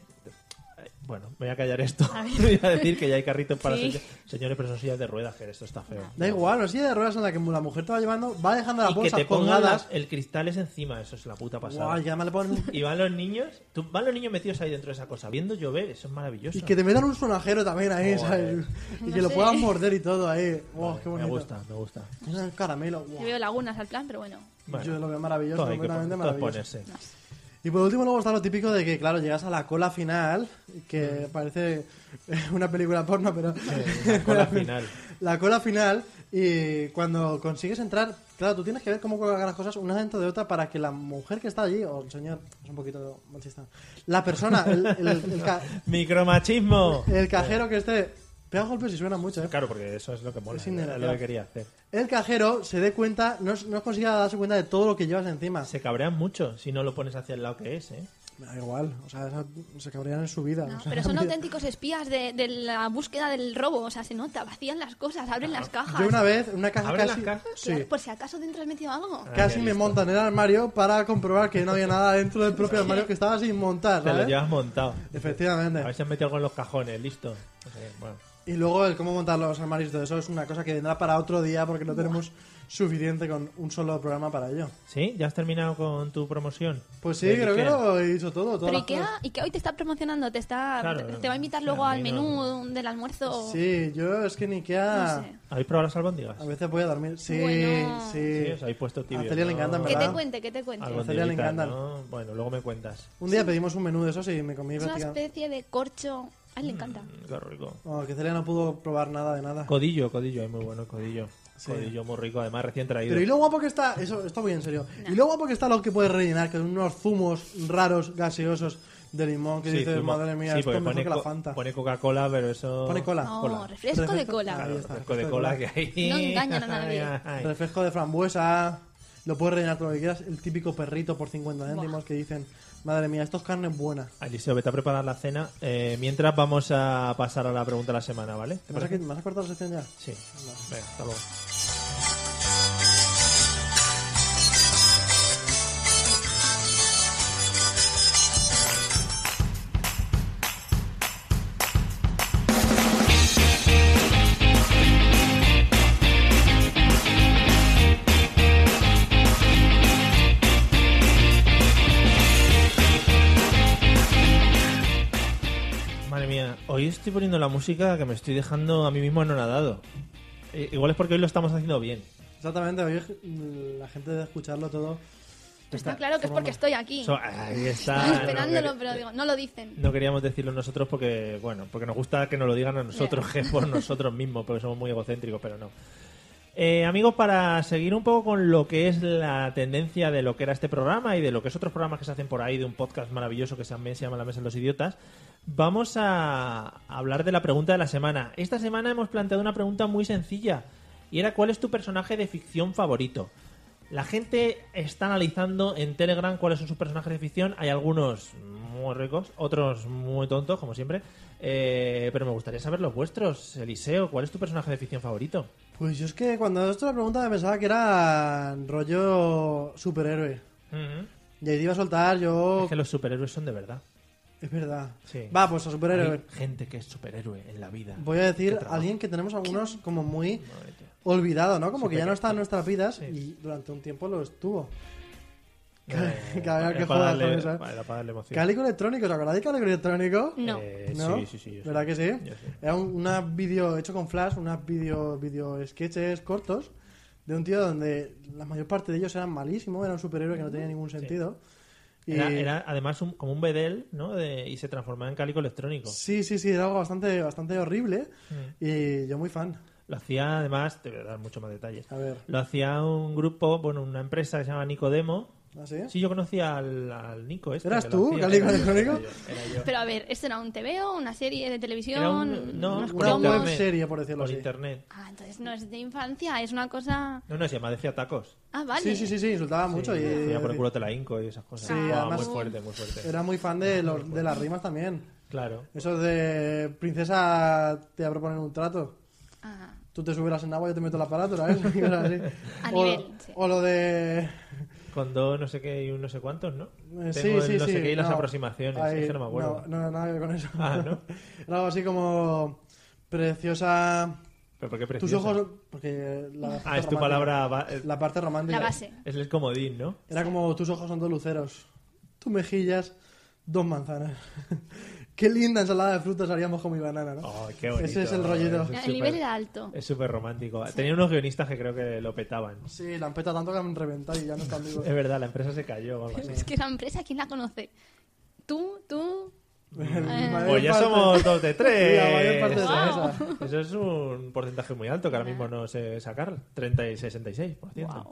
C: Ay, Bueno, me voy a callar esto. voy a decir que ya hay carritos para
E: Sí.
C: se- señores, pero son sillas de ruedas, que esto está feo.
D: Da igual, la silla de ruedas en la que la mujer te va llevando, va dejando las
C: Y que
D: bolsas
C: te pongan
D: colgadas.
C: las- eh, el cristal es encima, eso es la puta pasada.
D: Guau, y además le ponen-
C: Y van los niños, tú- van los niños metidos ahí dentro de esa cosa, viendo llover, eso es maravilloso.
D: Y que te metan un sonajero también ahí,
C: Joder.
D: ¿sabes? Y
E: No
D: que lo
E: sé.
D: puedan morder y todo ahí. Wow, oh, qué
C: me
D: bonito.
C: gusta, me gusta.
D: Es un caramelo. guau.
E: Te veo lagunas al plan, pero bueno.
C: Bueno,
D: Yo lo veo
C: todo
D: maravilloso,
C: hay que pon-
D: completamente
C: todo es
D: maravilloso.
C: ponerse.
D: Y por último, luego está lo típico de que, claro, llegas a la cola final, que parece eh, una película porno, pero.
C: Mm. la cola final.
D: La cola final, y cuando consigues entrar, claro, tú tienes que ver cómo colocar las cosas una dentro de otra para que la mujer que está allí, o el señor, es un poquito machista, la persona, el, el- el ca-
C: Micromachismo.
D: el cajero que esté Pega golpes y suena mucho, ¿eh?
C: Claro, porque eso es lo que mola.
D: Es innegable.
C: lo que quería hacer.
D: El cajero se dé cuenta, no, es- no es consigue darse cuenta de todo lo que llevas encima.
C: Se cabrean mucho si no lo pones hacia el lado que es, ¿eh?
D: Me da igual, o sea, esa- se cabrían en su vida.
E: No,
D: o sea,
E: pero son
D: mira.
E: auténticos espías de, de la búsqueda del robo. O sea, se nota, vacían las cosas, abren las cajas.
D: Yo una vez, en una caja
C: ¿Abren
D: casi.
C: las cajas?
D: Sí.
E: Claro, Por si acaso dentro has metido algo.
D: Casi
C: qué
D: me
C: listo.
D: montan el armario para comprobar que no había nada dentro del propio armario que estaba sin montar.
C: Te lo
D: ¿sabes?
C: llevas montado. A ver
D: Efectivamente.
C: si has metido algo en los cajones, listo. No sé, bueno.
D: Y luego el cómo montar los armarios y todo eso es una cosa que vendrá para otro día porque no tenemos suficiente con un solo programa para ello.
C: ¿Sí? ¿Ya has terminado con tu promoción?
D: Pues sí,
C: De
D: creo que
C: Ikea.
D: lo he dicho todo. todas
E: Pero
D: las
E: Ikea,
D: cosas.
E: Ikea hoy te está promocionando, te está
C: Claro,
E: te,
C: no.
E: te va a invitar
C: Sí,
E: luego
C: a
E: al
C: mí
E: menú
C: no.
E: del almuerzo.
D: Sí, yo es que en Ikea
E: No sé.
C: ¿Habéis probado las albóndigas?
D: a veces voy a dormir. Sí,
E: Bueno.
D: sí.
C: Sí, os habéis puesto tibio.
D: A Celia le encantan,
E: Que
D: ¿verdad?
E: te cuente, que te cuente.
D: Algo. Celia le encantan.
C: ¿no? Bueno, luego me cuentas.
D: Un día pedimos un menú de esos y me comí
E: Es una
D: prácticamente...
E: especie de corcho. A él le encanta.
C: Mm, Qué rico.
D: Oh, que Celia no pudo probar nada de nada.
C: Codillo, codillo, es muy bueno el codillo.
D: Sí.
C: Codillo muy rico, además recién traído.
D: Pero y lo guapo que está, eso está muy en serio. Y lo guapo que está lo que puedes rellenar, que son unos zumos raros, gaseosos de limón, que
C: Sí,
D: dices,
C: zumo.
D: madre mía,
C: Sí,
D: esto
C: porque
D: es mejor
C: pone
D: que la
C: co-
D: Fanta.
C: Pone Coca-Cola, pero eso...
D: Pone cola.
E: No, refresco de cola.
D: Ahí
E: Claro,
D: está,
C: Ah, Refresco de cola que hay.
E: No engañan a nadie.
C: Ay, ay, ay.
D: Refresco de frambuesa, lo puedes rellenar con lo que quieras. El típico perrito por 50 céntimos que dicen, madre mía, esto es carne buena.
C: Eliseo, vete a preparar la cena. Eh, mientras vamos a pasar a la pregunta de la semana, ¿vale?
D: ¿Te vas a, ¿Me vas a cortar la sección ya?
C: Sí. Venga, hasta luego. Madre mía, hoy estoy poniendo la música que me estoy dejando a mí mismo anonadado. Eh, igual es porque hoy lo estamos haciendo bien.
D: Exactamente, oye, mm, la gente de escucharlo todo.
E: Está claro que es porque estoy aquí.
C: So- ah, ahí está.
E: Estaba
C: no,
E: esperándolo,
C: quer-
E: pero digo, no lo dicen.
C: no queríamos decirlo nosotros porque, bueno, porque nos gusta que nos lo digan a nosotros, que por nosotros mismos, porque somos muy egocéntricos, pero no. Eh, amigos, para seguir un poco con lo que es la tendencia de lo que era este programa y de lo que es otros programas que se hacen por ahí, de un podcast maravilloso que se llama- se llama La Mesa de los Idiotas, vamos a hablar de la pregunta de la semana. Esta semana hemos planteado una pregunta muy sencilla y era ¿cuál es tu personaje de ficción favorito? La gente está analizando en Telegram cuáles son sus personajes de ficción. Hay algunos muy ricos, otros muy tontos, como siempre. Eh, pero me gustaría saber los vuestros. Eliseo, ¿cuál es tu personaje de ficción favorito?
D: Pues yo es que cuando esto la pregunta me pensaba que era rollo superhéroe. Y ahí te iba a soltar yo...
C: Es que los superhéroes son de verdad.
D: Es verdad.
C: Sí.
D: Va, pues a superhéroe.
C: Hay gente que es superhéroe en la vida.
D: Voy a decir
C: trabajo.
D: alguien que tenemos algunos como muy
C: Madre mía.
D: olvidado, ¿no? Como que ya
C: Superhéroe.
D: no está en nuestras vidas
C: Sí.
D: y durante un tiempo lo estuvo.
C: Eh,
D: que había
C: era
D: que
C: para
D: joder
C: darle-
D: con eso, ¿eh?
C: Era para darle emoción.
D: Cálico electrónico, ¿os acordáis de Cálico electrónico?
E: No.
C: Eh,
D: ¿No?
C: Sí, sí, sí. yo
D: ¿Verdad
C: sé.
D: que sí?
C: Yo sé.
D: Era un una vídeo hecho con flash, unas vídeo video sketches cortos de un tío donde la mayor parte de ellos eran malísimos, era un superhéroe que no tenía ningún sentido. Y-
C: Era, era, además un- como un bedel, ¿no? De- y se transformaba en cálico electrónico.
D: Sí, sí, sí, era algo bastante, bastante horrible
C: Mm.
D: y yo muy fan.
C: Lo hacía, además, te voy a dar mucho más detalles.
D: A ver,
C: Lo hacía un grupo, bueno, una empresa que se llama Nicodemo.
D: ¿así?
C: Sí, yo conocía al, al Nico. Este,
D: ¿Eras
C: que lo
D: tú,
C: hacía.
D: Cálico
C: Era yo,
D: Electrónico?
C: era yo, eh, era yo.
E: Pero a ver, ¿esto era un TVO, una serie de televisión?
C: Era un- no,
E: unos
C: por
D: Una
E: cromos?
D: web
C: internet.
D: serie, por decirlo
C: Por
D: así.
C: internet.
E: Ah, entonces no es de infancia, es una cosa...
C: No, no, se llama Decía Tacos.
E: Ah, vale.
D: Sí, sí, sí, sí, insultaba mucho y...
C: Decía por el culo te la inco y esas cosas.
D: Sí,
C: Ah,
D: además-
C: muy fuerte, muy fuerte.
D: Era muy fan de, los, de las rimas también.
C: Claro.
D: Eso de princesa te va a proponer un trato.
E: Ah,
D: Tú te subirás en agua, yo te meto la parátula, ¿eh? Y cosas así.
E: A
D: o,
E: nivel, sí.
D: o lo de...
C: Con dos no sé qué y un no sé cuántos, ¿no?
D: eh,
C: Tengo
D: sí,
C: el
D: sí,
C: no
D: sí.
C: sé qué y las
D: no,
C: aproximaciones.
D: ahí,
C: es que no me acuerdo.
D: No, no, nada que ver con eso.
C: Ah, ¿no?
D: Era algo así como... Preciosa...
C: Pero por qué
D: Tus
C: preciosa?
D: ojos... Porque la
C: Ah, es tu
D: romántica-
C: palabra... va- eh,
D: La parte romántica.
E: la base.
C: Es el comodín, ¿no?
D: Era como tus ojos son dos luceros, tus mejillas, dos manzanas. Qué linda ensalada de frutas haríamos con mi banana, ¿no?
C: Oh, qué bonito.
D: Ese es el rollito.
C: Ese es
E: El nivel
C: súper-
E: era alto.
C: Es súper romántico. Tenía unos guionistas que creo que lo petaban.
D: Sí, la han petado tanto que han reventado y ya no
C: Eh,
D: están vivos.
C: Es verdad, la empresa se cayó o algo así.
E: Es que esa empresa, ¿quién la conoce? Tú, tú... eh.
C: Pues ya somos dos de tres.
D: La mayor parte de esa,
C: Eso es un porcentaje muy alto que ahora mismo no sé sacar. 30 y 66%.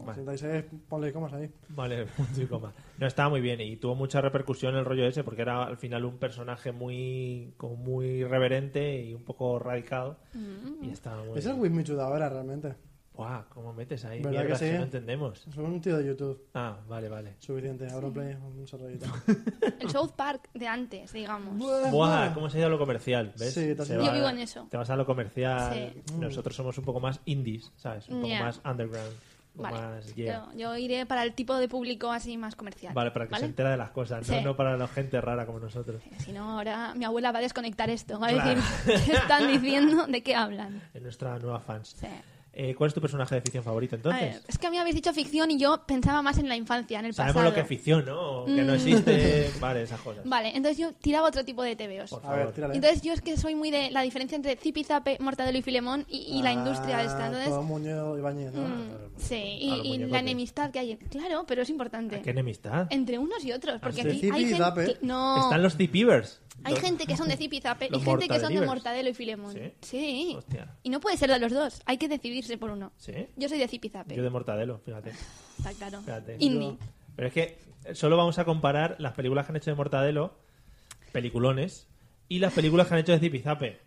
C: Vale.
D: 66, ponle comas ahí.
C: Vale, punto y coma. No, estaba muy bien y tuvo mucha repercusión el rollo ese porque era al final un personaje muy como muy irreverente y un poco radical
E: Mm.
C: y estaba muy
D: Ese es
C: bien.
D: With Me Too de ahora, realmente.
C: Buah, ¿cómo metes ahí?
D: ¿Verdad que
C: mierdas
D: sí?
C: no entendemos.
D: Es un tío de YouTube.
C: Ah, vale, vale.
D: Suficiente, Auronplay, un saludito.
E: El South Park de antes, digamos.
C: Buah, ¿cómo se ha ido a lo comercial? ¿Ves?
D: Sí, Mm. te has
C: Se
D: ido.
E: Yo
C: va-
E: vivo en eso.
C: Te vas a lo comercial.
E: Sí.
C: Nosotros somos un poco más indies, ¿sabes? Un poco
E: Ya.
C: más underground. un poco
E: Vale.
C: Más yeah.
E: Yo, yo iré para el tipo de público así más comercial.
C: Vale, para que se entera de las cosas, no,
E: Sí.
C: no para la gente rara como nosotros.
E: Si no, ahora mi abuela va a desconectar esto. Va a
C: Claro.
E: decir, ¿qué están diciendo? ¿De qué hablan?
C: Es nuestra nueva fans.
E: Sí.
C: Eh, ¿Cuál es tu personaje de ficción favorito
E: A ver,
C: entonces?
E: es que a mí habéis dicho ficción y yo pensaba más en la infancia, en el
C: Sabemos
E: pasado. Mm.
C: lo que es ficción, ¿no? Que no existe. vale, esas cosas.
E: Vale, entonces yo tiraba otro tipo de TVOs.
C: Por
D: A ver,
C: favor. eh.
D: tírale.
E: Entonces yo es que soy muy de la diferencia entre Zipizape, Mortadelo y Filemón y, y la industria esta.
D: Ah, Todo
E: Entonces,
D: Muñoz Ibáñez, ¿no?
E: mm, sí, y,
C: a los
E: y
C: muñecos
E: la
C: de-
E: enemistad que hay. Claro, pero es importante.
C: ¿Qué enemistad?
E: Entre unos y otros, porque
C: Ah, sí.
E: aquí hay
D: Zipi y
E: gente...
D: Zape.
E: que- Eh, No,
C: Están los Deepivers.
E: hay gente que son de Zipizape y
C: los
E: gente que son de
C: mortadelivers.
E: Mortadelo y Filemón.
C: ¿Sí?
E: Sí.
C: Hostia.
E: Y no puede ser de los dos, hay que decidirse por uno.
C: ¿Sí?
E: Yo soy de Zipizape,
C: Yo de Mortadelo, fíjate.
E: está claro.
C: Fíjate.
E: Indie.
C: Pero es que solo vamos a comparar las películas que han hecho de Mortadelo, peliculones, y las películas que han hecho de Zipizape.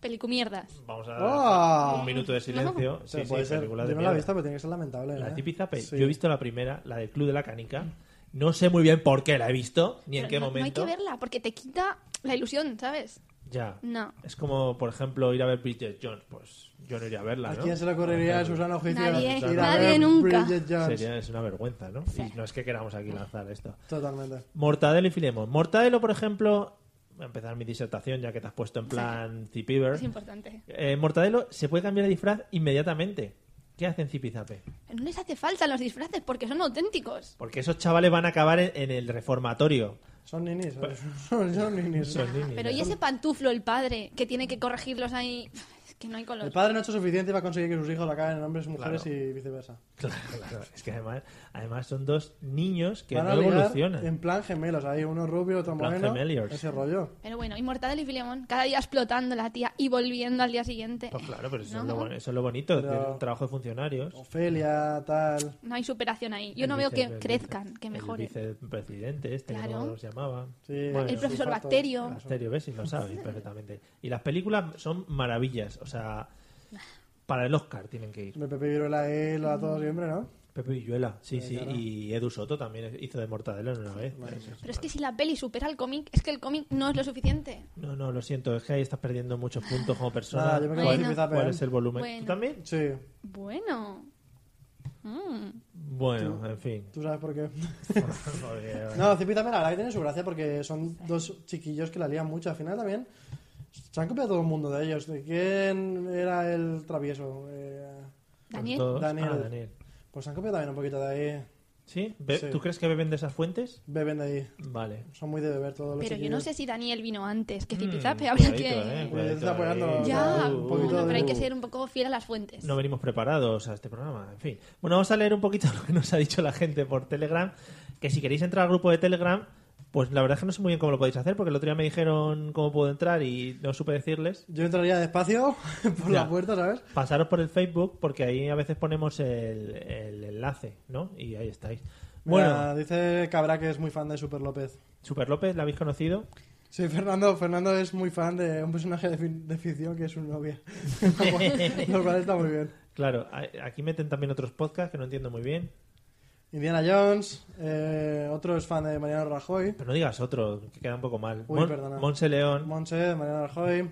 E: Pelicumierdas.
C: Vamos a dar
D: Ah.
C: un minuto de silencio. Sí,
D: Pero
C: sí,
D: puede ser-
C: películas de
D: Yo no la he
C: mierda.
D: visto, pero tiene que ser lamentable.
C: La
D: ¿eh?
C: Zipizape.
D: Sí.
C: Yo he visto la primera, la del Club de la Canica. No sé muy bien por qué la he visto, ni en
E: Pero
C: qué
E: no,
C: momento.
E: No hay que verla porque te quita la ilusión, ¿sabes?
C: Ya.
E: No.
C: Es como, por ejemplo, ir a ver Bridget Jones. Pues yo no iría a verla,
D: ¿A
C: ¿no?
D: quién se le ocurriría a
C: Claro.
D: Susana Ojicio?
E: Nadie,
D: ir a ver
E: nadie nunca.
D: Bridget Jones.
C: Sería, es una vergüenza, ¿no? Y no es que queramos aquí lanzar esto.
D: Totalmente.
C: Mortadelo y Filemón. Mortadelo, por ejemplo... Voy a empezar mi disertación ya que te has puesto en plan Zipiver.
E: Es importante.
C: Eh, Mortadelo se puede cambiar de disfraz inmediatamente. ¿Qué hacen Zipizape?
E: No les hace falta los disfraces porque son auténticos.
C: Porque esos chavales van a acabar en, en el reformatorio.
D: Son ninis. ¿eh? Son, son ninis.
C: Son niños.
E: Pero ¿y ese pantuflo, el padre, que tiene que corregirlos ahí? Es que no hay color.
D: El padre no ha hecho suficiente para conseguir que sus hijos la caen en hombres, mujeres
C: Claro.
D: y viceversa.
C: Claro, claro. Es que además, además son dos niños que
D: Van a
C: no
D: ligar
C: evolucionan.
D: En plan gemelos, ahí uno rubio, otro
C: plan
D: moreno.
C: gemeliers.
D: Ese rollo.
E: Pero bueno, y Mortadelo y Filemón, cada día explotando la tía y volviendo al día siguiente.
C: Pues claro, pero eso,
E: No,
C: es, lo, bueno- eso es lo bonito
D: Pero-
C: del trabajo de funcionarios.
D: Ofelia, tal.
E: No hay superación ahí. Yo
C: El
E: no veo
C: vice-
E: que
C: el
E: crezcan,
C: vice-
E: que mejoren.
C: El vicepresidente, este que
E: Claro.
C: no los llamaba.
D: Sí,
E: El profesor
D: infarto.
E: Bacterio.
C: El Asterio, ¿ves? Y lo sabéis perfectamente. Y las películas son maravillas. O sea, para el Oscar tienen que ir.
D: De Pepe Viruela, él, a todos siempre, ¿no?
C: Pepe Villuela, sí, sí. Y Edu Soto también hizo de Mortadelo en una vez.
E: Pero es que si la peli supera al cómic, es que el cómic no es lo suficiente.
C: No, no, lo siento. Es que ahí estás perdiendo muchos puntos como persona.
D: Nada, yo me quedo
E: Bueno.
D: con Zipizape,
C: ¿Cuál
D: ¿eh?
C: es el volumen?
E: Bueno.
C: ¿Tú también?
D: Sí,
E: Bueno. Mm.
C: Bueno, en fin.
D: tú sabes por qué.
C: Joder,
D: No, Zipizape la verdad que tiene su gracia porque son dos chiquillos que la lían mucho. Al final también se han copiado todo el mundo de ellos. ¿De quién era el travieso? Eh,
E: Daniel.
C: todos- ah,
D: Daniel.
C: Daniel.
D: pues se han copiado también un poquito de ahí.
C: ¿Sí? Be-
D: Sí.
C: ¿Tú crees que beben de esas fuentes?
D: Beben de ahí.
C: Vale.
D: Son muy de beber todos los
C: Pues
E: Pero yo
D: chiquillos.
E: no sé si Daniel vino antes que Zipizape.
C: Mm,
E: habría
C: cuidadito,
E: que.
C: eh,
D: Pues
C: cuidadito
D: está apoyándolo,
C: ahí.
E: Ya,
D: Un poquito
E: bueno, pero hay
D: de-
E: que ser un poco fiel a las fuentes.
C: No venimos preparados a este programa, en fin. Bueno, vamos a leer un poquito lo que nos ha dicho la gente por Telegram, que si queréis entrar al grupo de Telegram, pues la verdad es que no sé muy bien cómo lo podéis hacer, porque el otro día me dijeron cómo puedo entrar y no supe decirles.
D: Yo entraría despacio por
C: Ya.
D: la puerta, ¿sabes?
C: Pasaros por el Facebook, porque ahí a veces ponemos el, el enlace, ¿no? Y ahí estáis.
D: Bueno,
C: Bueno,
D: dice Cabra que es muy fan de Super López.
C: Super López, ¿la habéis conocido?
D: Sí, Fernando, Fernando es muy fan de un personaje de, fi- de ficción que es su novia. Lo cual está muy bien.
C: Claro, a- aquí meten también otros podcasts que no entiendo muy bien.
D: Indiana Jones, eh, otro es fan de Mariano Rajoy.
C: Pero no digas otro, que queda un poco mal.
D: Uy,
C: Mon-
D: perdona.
C: Monse León,
D: Monse, de Mariano Rajoy.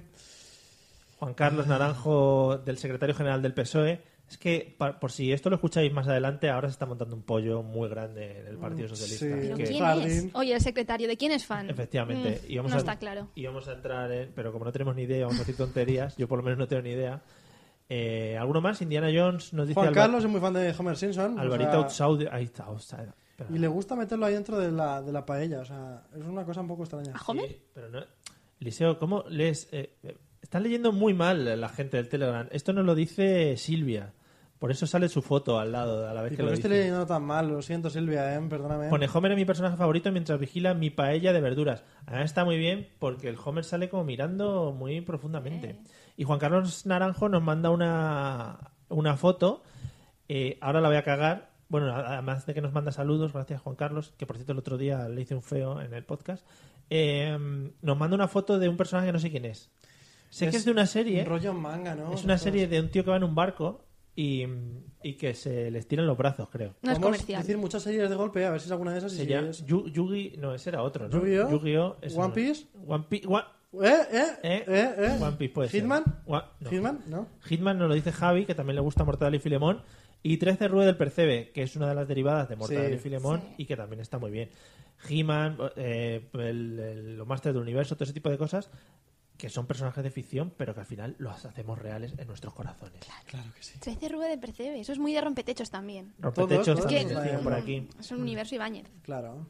C: Juan Carlos Naranjo, del secretario general del PSOE. E. Es que, pa- por si esto lo escucháis más adelante, ahora se está montando un pollo muy grande en el Partido Socialista.
D: Mm, sí.
E: ¿Pero
D: que-
E: quién
D: Jardín.
E: es? Oye, el secretario, ¿de quién es fan?
C: Efectivamente.
E: Mm,
C: y vamos
E: no
C: a,
E: está claro.
C: Y vamos a entrar en... Pero como no tenemos ni idea, vamos a decir tonterías. Yo por lo menos no tengo ni idea. Eh, ¿Alguno más? Indiana Jones nos dice...
D: Juan
C: Alba-
D: Carlos es muy fan de Homer Simpson. o
C: Alvarito
D: sea,
C: Outsaud- Ahí está, Outsaud. Espera.
D: y le gusta meterlo ahí dentro de la, de la paella. O sea, es una cosa un poco
C: Ah,
D: extraña.
E: ¿A Homer?
C: Sí, pero no... Eliseo, ¿cómo lees...? eh, eh, están leyendo muy mal la gente del Telegram. Esto nos lo dice Silvia. Por eso sale su foto al lado a la vez
D: ¿Y
C: que
D: por
C: lo
D: qué estoy
C: dice.
D: leyendo tan mal? Lo siento, Silvia, ¿eh? perdóname.
C: Pone Homer es mi personaje favorito mientras vigila mi paella de verduras. Además está muy bien porque el Homer sale como mirando muy profundamente. Y Juan Carlos Naranjo nos manda una, una foto. Eh, ahora la voy a cagar. Bueno, a- además de que nos manda saludos, gracias Juan Carlos, que por cierto el otro día le hice un feo en el podcast. Eh, nos manda una foto de un personaje que no sé quién es. Sé que es de una serie.
D: Un rollo manga, ¿no?
C: Es una serie de un tío que va en un barco y, y que se les tiran los brazos, creo.
E: No es
D: Podemos
E: comercial.
D: decir muchas series de golpe, a ver si es alguna de esas. y
C: Se
D: si
C: llama
D: es- ¿Eh?
C: Yu- Yugi, no, ese era otro, ¿no?
D: Yu-Gi-Oh?
C: ese
D: One
C: no.
D: Piece?
C: One Piece, One,
D: ¿Eh? ¿Eh?
C: eh,
D: ¿Eh? ¿Eh?
C: One Piece puede ser.
D: ¿Hitman?
C: Wa- no.
D: ¿Hitman? ¿No?
C: Hitman nos lo dice Javi, que también le gusta Mortadelo y Filemón. Y 13 Rue del Percebe, que es una de las derivadas de Mortadelo
D: Sí.
C: y Filemón y que también está muy bien. He-Man, eh, el- el- los Masters del Universo, todo ese tipo de cosas que son personajes de ficción, pero que al final los hacemos reales en nuestros corazones.
D: Claro que sí.
E: 13 Rube de Percebe, eso es muy de rompetechos también.
C: Rompetechos
D: Todos, todos
E: Que-
C: también
D: los
C: decían
D: de-
C: por aquí.
E: Es un universo Ibáñez.
D: Claro.